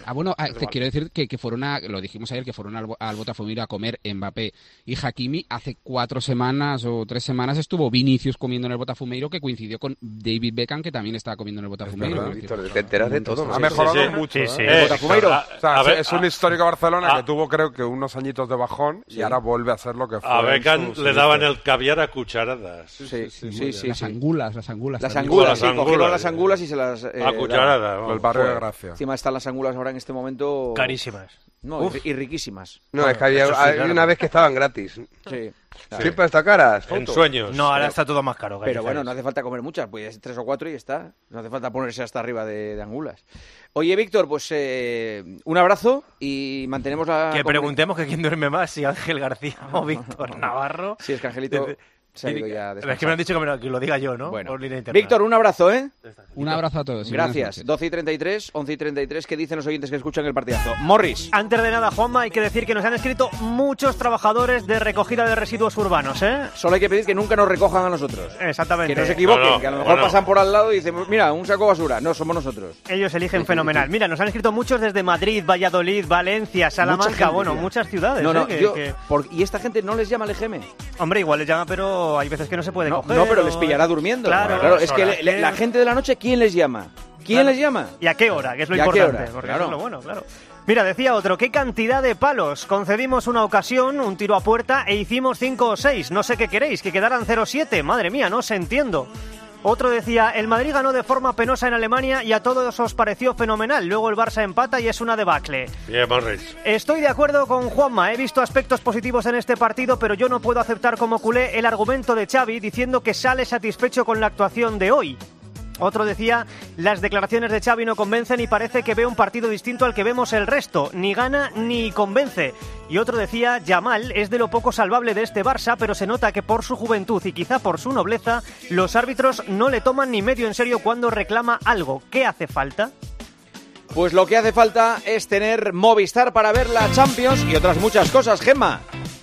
Speaker 15: Ah, bueno, ah, te
Speaker 9: Vale.
Speaker 15: quiero decir que, que fueron a, lo dijimos ayer, que fueron al, al Botafogo a comer Mbappé y Hakimi. Hace cuatro semanas o tres semanas estuvo Vinicius comiendo en el Botafumeiro, que coincidió con David Beckham, que también estaba comiendo en el Botafumeiro.
Speaker 4: verdad, Víctor, te enteras de todo,
Speaker 5: Ha mejorado mucho. ¿eh?
Speaker 15: El
Speaker 5: Botafumeiro. O sea,
Speaker 9: a ver,
Speaker 5: es un histórico Barcelona
Speaker 9: a-
Speaker 5: que tuvo, creo que, unos añitos de bajón y ahora vuelve a ser lo que fue.
Speaker 9: A
Speaker 5: en
Speaker 9: Beckham
Speaker 5: su-
Speaker 9: le
Speaker 5: su-
Speaker 9: daban el caviar a cucharadas.
Speaker 1: Sí, sí, sí, sí,
Speaker 15: las
Speaker 1: sí.
Speaker 15: angulas, las angulas.
Speaker 1: Las
Speaker 15: también.
Speaker 1: angulas, sí, cogieron las angulas y se las... eh,
Speaker 9: A cucharada,
Speaker 1: daban.
Speaker 9: vamos. Del barrio de
Speaker 1: Joder.
Speaker 9: Gracia.
Speaker 1: Encima están las angulas ahora en este momento...
Speaker 9: Carísimas.
Speaker 1: No, y
Speaker 9: Uf.
Speaker 1: ri- y, riquísimas.
Speaker 4: No, es que había, había una vez que estaban gratis.
Speaker 1: Sí.
Speaker 4: Siempre hasta caras. fotos.
Speaker 10: No, ahora
Speaker 1: Pero-
Speaker 10: está todo más caro.
Speaker 1: Pero bueno,
Speaker 10: Galicia.
Speaker 1: no hace falta comer muchas, pues tres o cuatro y ya está. No hace falta ponerse hasta arriba de, de angulas. Oye, Víctor, pues eh, un abrazo y mantenemos la...
Speaker 10: Que
Speaker 1: comuni-
Speaker 10: preguntemos que quién duerme más, si Ángel García o Víctor Navarro.
Speaker 1: Sí, es que Angelito se ha ido
Speaker 10: Tiene-
Speaker 1: ya
Speaker 10: Es
Speaker 1: a
Speaker 10: que me
Speaker 1: descansar.
Speaker 10: han dicho que, me lo, que lo diga yo, ¿no?
Speaker 1: Bueno.
Speaker 10: Por línea interna.
Speaker 1: Víctor, un abrazo, ¿eh?
Speaker 15: Un abrazo a todos. y buenas
Speaker 1: Gracias. 12 y 33, 11 y 33, ¿qué dicen los oyentes que escuchan el partidazo? Morris.
Speaker 2: Antes de nada, Juanma, hay que decir que nos han escrito muchos trabajadores de recogida de residuos urbanos, ¿eh?
Speaker 1: Solo hay que pedir que nunca nos recojan a nosotros.
Speaker 2: Exactamente.
Speaker 1: Que no se equivoquen,
Speaker 2: Eh, No, no,
Speaker 1: que a lo mejor
Speaker 2: bueno.
Speaker 1: pasan por al lado y dicen, mira, un saco de basura. No, somos nosotros.
Speaker 2: Ellos eligen fenomenal. Mira, nos han escrito muchos desde Madrid, Valladolid, Valencia, Salamanca,
Speaker 1: gente,
Speaker 2: bueno,
Speaker 1: ya.
Speaker 2: muchas ciudades.
Speaker 1: No,
Speaker 2: ¿eh?
Speaker 1: no,
Speaker 2: Que-
Speaker 1: yo-
Speaker 2: que-
Speaker 1: por- ¿Y esta gente no les llama el EGM?
Speaker 2: Hombre, igual les llama, pero hay veces que no se puede coger.
Speaker 1: No, pero
Speaker 2: o-
Speaker 1: les pillará durmiendo.
Speaker 2: Claro,
Speaker 1: es que le- le- la gente de la noche, ¿quién les llama? ¿Quién
Speaker 2: Claro.
Speaker 1: les llama?
Speaker 2: ¿Y a qué hora? Que es lo
Speaker 1: ¿Y a qué
Speaker 2: importante.
Speaker 1: hora?
Speaker 2: Porque
Speaker 1: Claro.
Speaker 2: eso es lo bueno, claro. Mira, decía otro, ¿qué cantidad de palos? Concedimos una ocasión, un tiro a puerta e hicimos 5 o 6. No sé qué queréis, que quedaran 0-7. Madre mía, no os entiendo. Otro decía, el Madrid ganó de forma penosa en Alemania y a todos os pareció fenomenal. Luego el Barça empata y es una debacle.
Speaker 9: Bien, Morris.
Speaker 2: Estoy de acuerdo con Juanma, he visto aspectos positivos en este partido, pero yo no puedo aceptar como culé el argumento de Xavi diciendo que sale satisfecho con la actuación de hoy. Otro decía, las declaraciones de Xavi no convencen y parece que ve un partido distinto al que vemos el resto, ni gana ni convence. Y otro decía, Yamal es de lo poco salvable de este Barça, pero se nota que por su juventud y quizá por su nobleza, los árbitros no le toman ni medio en serio cuando reclama algo. ¿Qué hace falta?
Speaker 1: Pues lo que hace falta es tener Movistar para ver la Champions y otras muchas cosas, Gemma.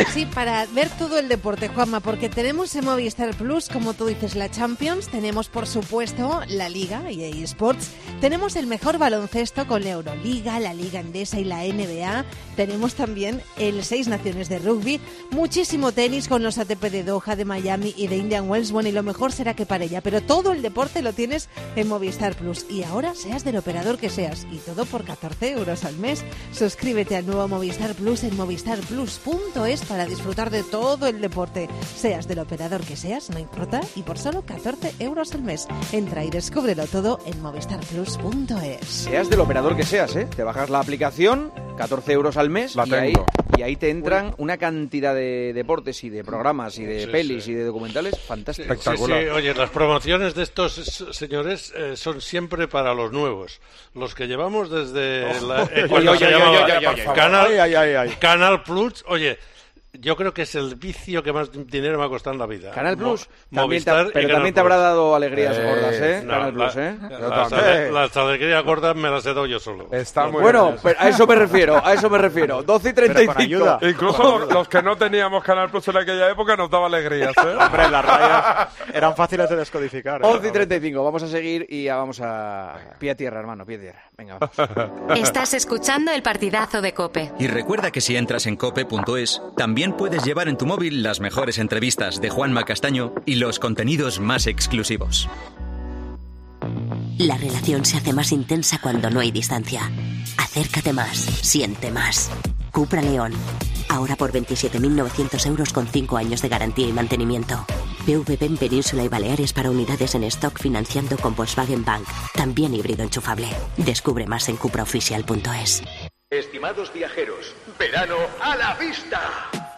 Speaker 16: Sí, para ver todo el deporte, Juanma, porque tenemos en Movistar Plus, como tú dices, la Champions, tenemos por supuesto la Liga y eSports, tenemos el mejor baloncesto con la Euroliga, la Liga Endesa y la NBA, tenemos también el Seis Naciones de Rugby, muchísimo tenis con los ATP de Doha, de Miami y de Indian Wells, bueno, y lo mejor será que para ella, pero todo el deporte lo tienes en Movistar Plus y ahora seas del operador que seas y todo por 14 euros al mes. Suscríbete al nuevo Movistar Plus en movistarplus.es para disfrutar de todo el deporte. Seas del operador que seas, no importa, y por solo 14 euros al mes. Entra y descúbrelo todo en movistarplus.es.
Speaker 1: Seas del operador que seas, ¿eh? Te bajas la aplicación, 14 euros al mes, y, ahí,
Speaker 5: tengo.
Speaker 1: y ahí te entran una cantidad de deportes y de programas y de
Speaker 9: Sí,
Speaker 1: pelis y de documentales fantásticos.
Speaker 9: Sí, sí, Oye, las promociones de estos s- señores eh, son siempre para los nuevos. Los que llevamos desde
Speaker 3: Ojo.
Speaker 9: la,
Speaker 3: Oh.
Speaker 9: eh,
Speaker 3: Oye,
Speaker 9: cuando
Speaker 3: oye,
Speaker 9: se
Speaker 3: oye,
Speaker 9: llamaba
Speaker 3: oye, oye, oye, oye.
Speaker 9: Canal,
Speaker 3: Ay, ay, ay, ay.
Speaker 9: Canal Plus, oye, yo creo que es el vicio que más dinero me ha costado en la vida.
Speaker 1: Canal
Speaker 9: Mo-
Speaker 1: Plus, también te-
Speaker 9: Movistar y
Speaker 1: pero
Speaker 9: Canal
Speaker 1: también te habrá
Speaker 9: Plus.
Speaker 1: dado alegrías gordas, ¿eh?
Speaker 9: no,
Speaker 1: Canal Plus,
Speaker 9: la-
Speaker 1: ¿eh? Yo
Speaker 9: Las,
Speaker 1: también.
Speaker 9: las alegrías gordas me las he dado yo solo.
Speaker 5: Está muy
Speaker 1: Bueno,
Speaker 5: bien.
Speaker 1: pero a eso me refiero, a eso me refiero. 12 y 35.
Speaker 5: Incluso los, los que no teníamos Canal Plus en aquella época nos daba alegrías, ¿eh?
Speaker 17: Hombre, las rayas eran fáciles de descodificar. ¿eh?
Speaker 1: 11 y 35, vamos a seguir y ya vamos a... Pie a tierra, hermano, pie a tierra. Venga, vamos.
Speaker 18: Estás escuchando el partidazo de Cope.
Speaker 19: Y recuerda que si entras en cope.es, también puedes llevar en tu móvil las mejores entrevistas de Juanma Castaño y los contenidos más exclusivos.
Speaker 20: La relación se hace más intensa cuando no hay distancia. Acércate más, siente más. Cupra León. Ahora por 27.900 euros con 5 años de garantía y mantenimiento. PVP en Península y Baleares para unidades en stock financiando con Volkswagen Bank. También híbrido enchufable. Descubre más en cupraoficial.es.
Speaker 21: Estimados viajeros, verano a la vista.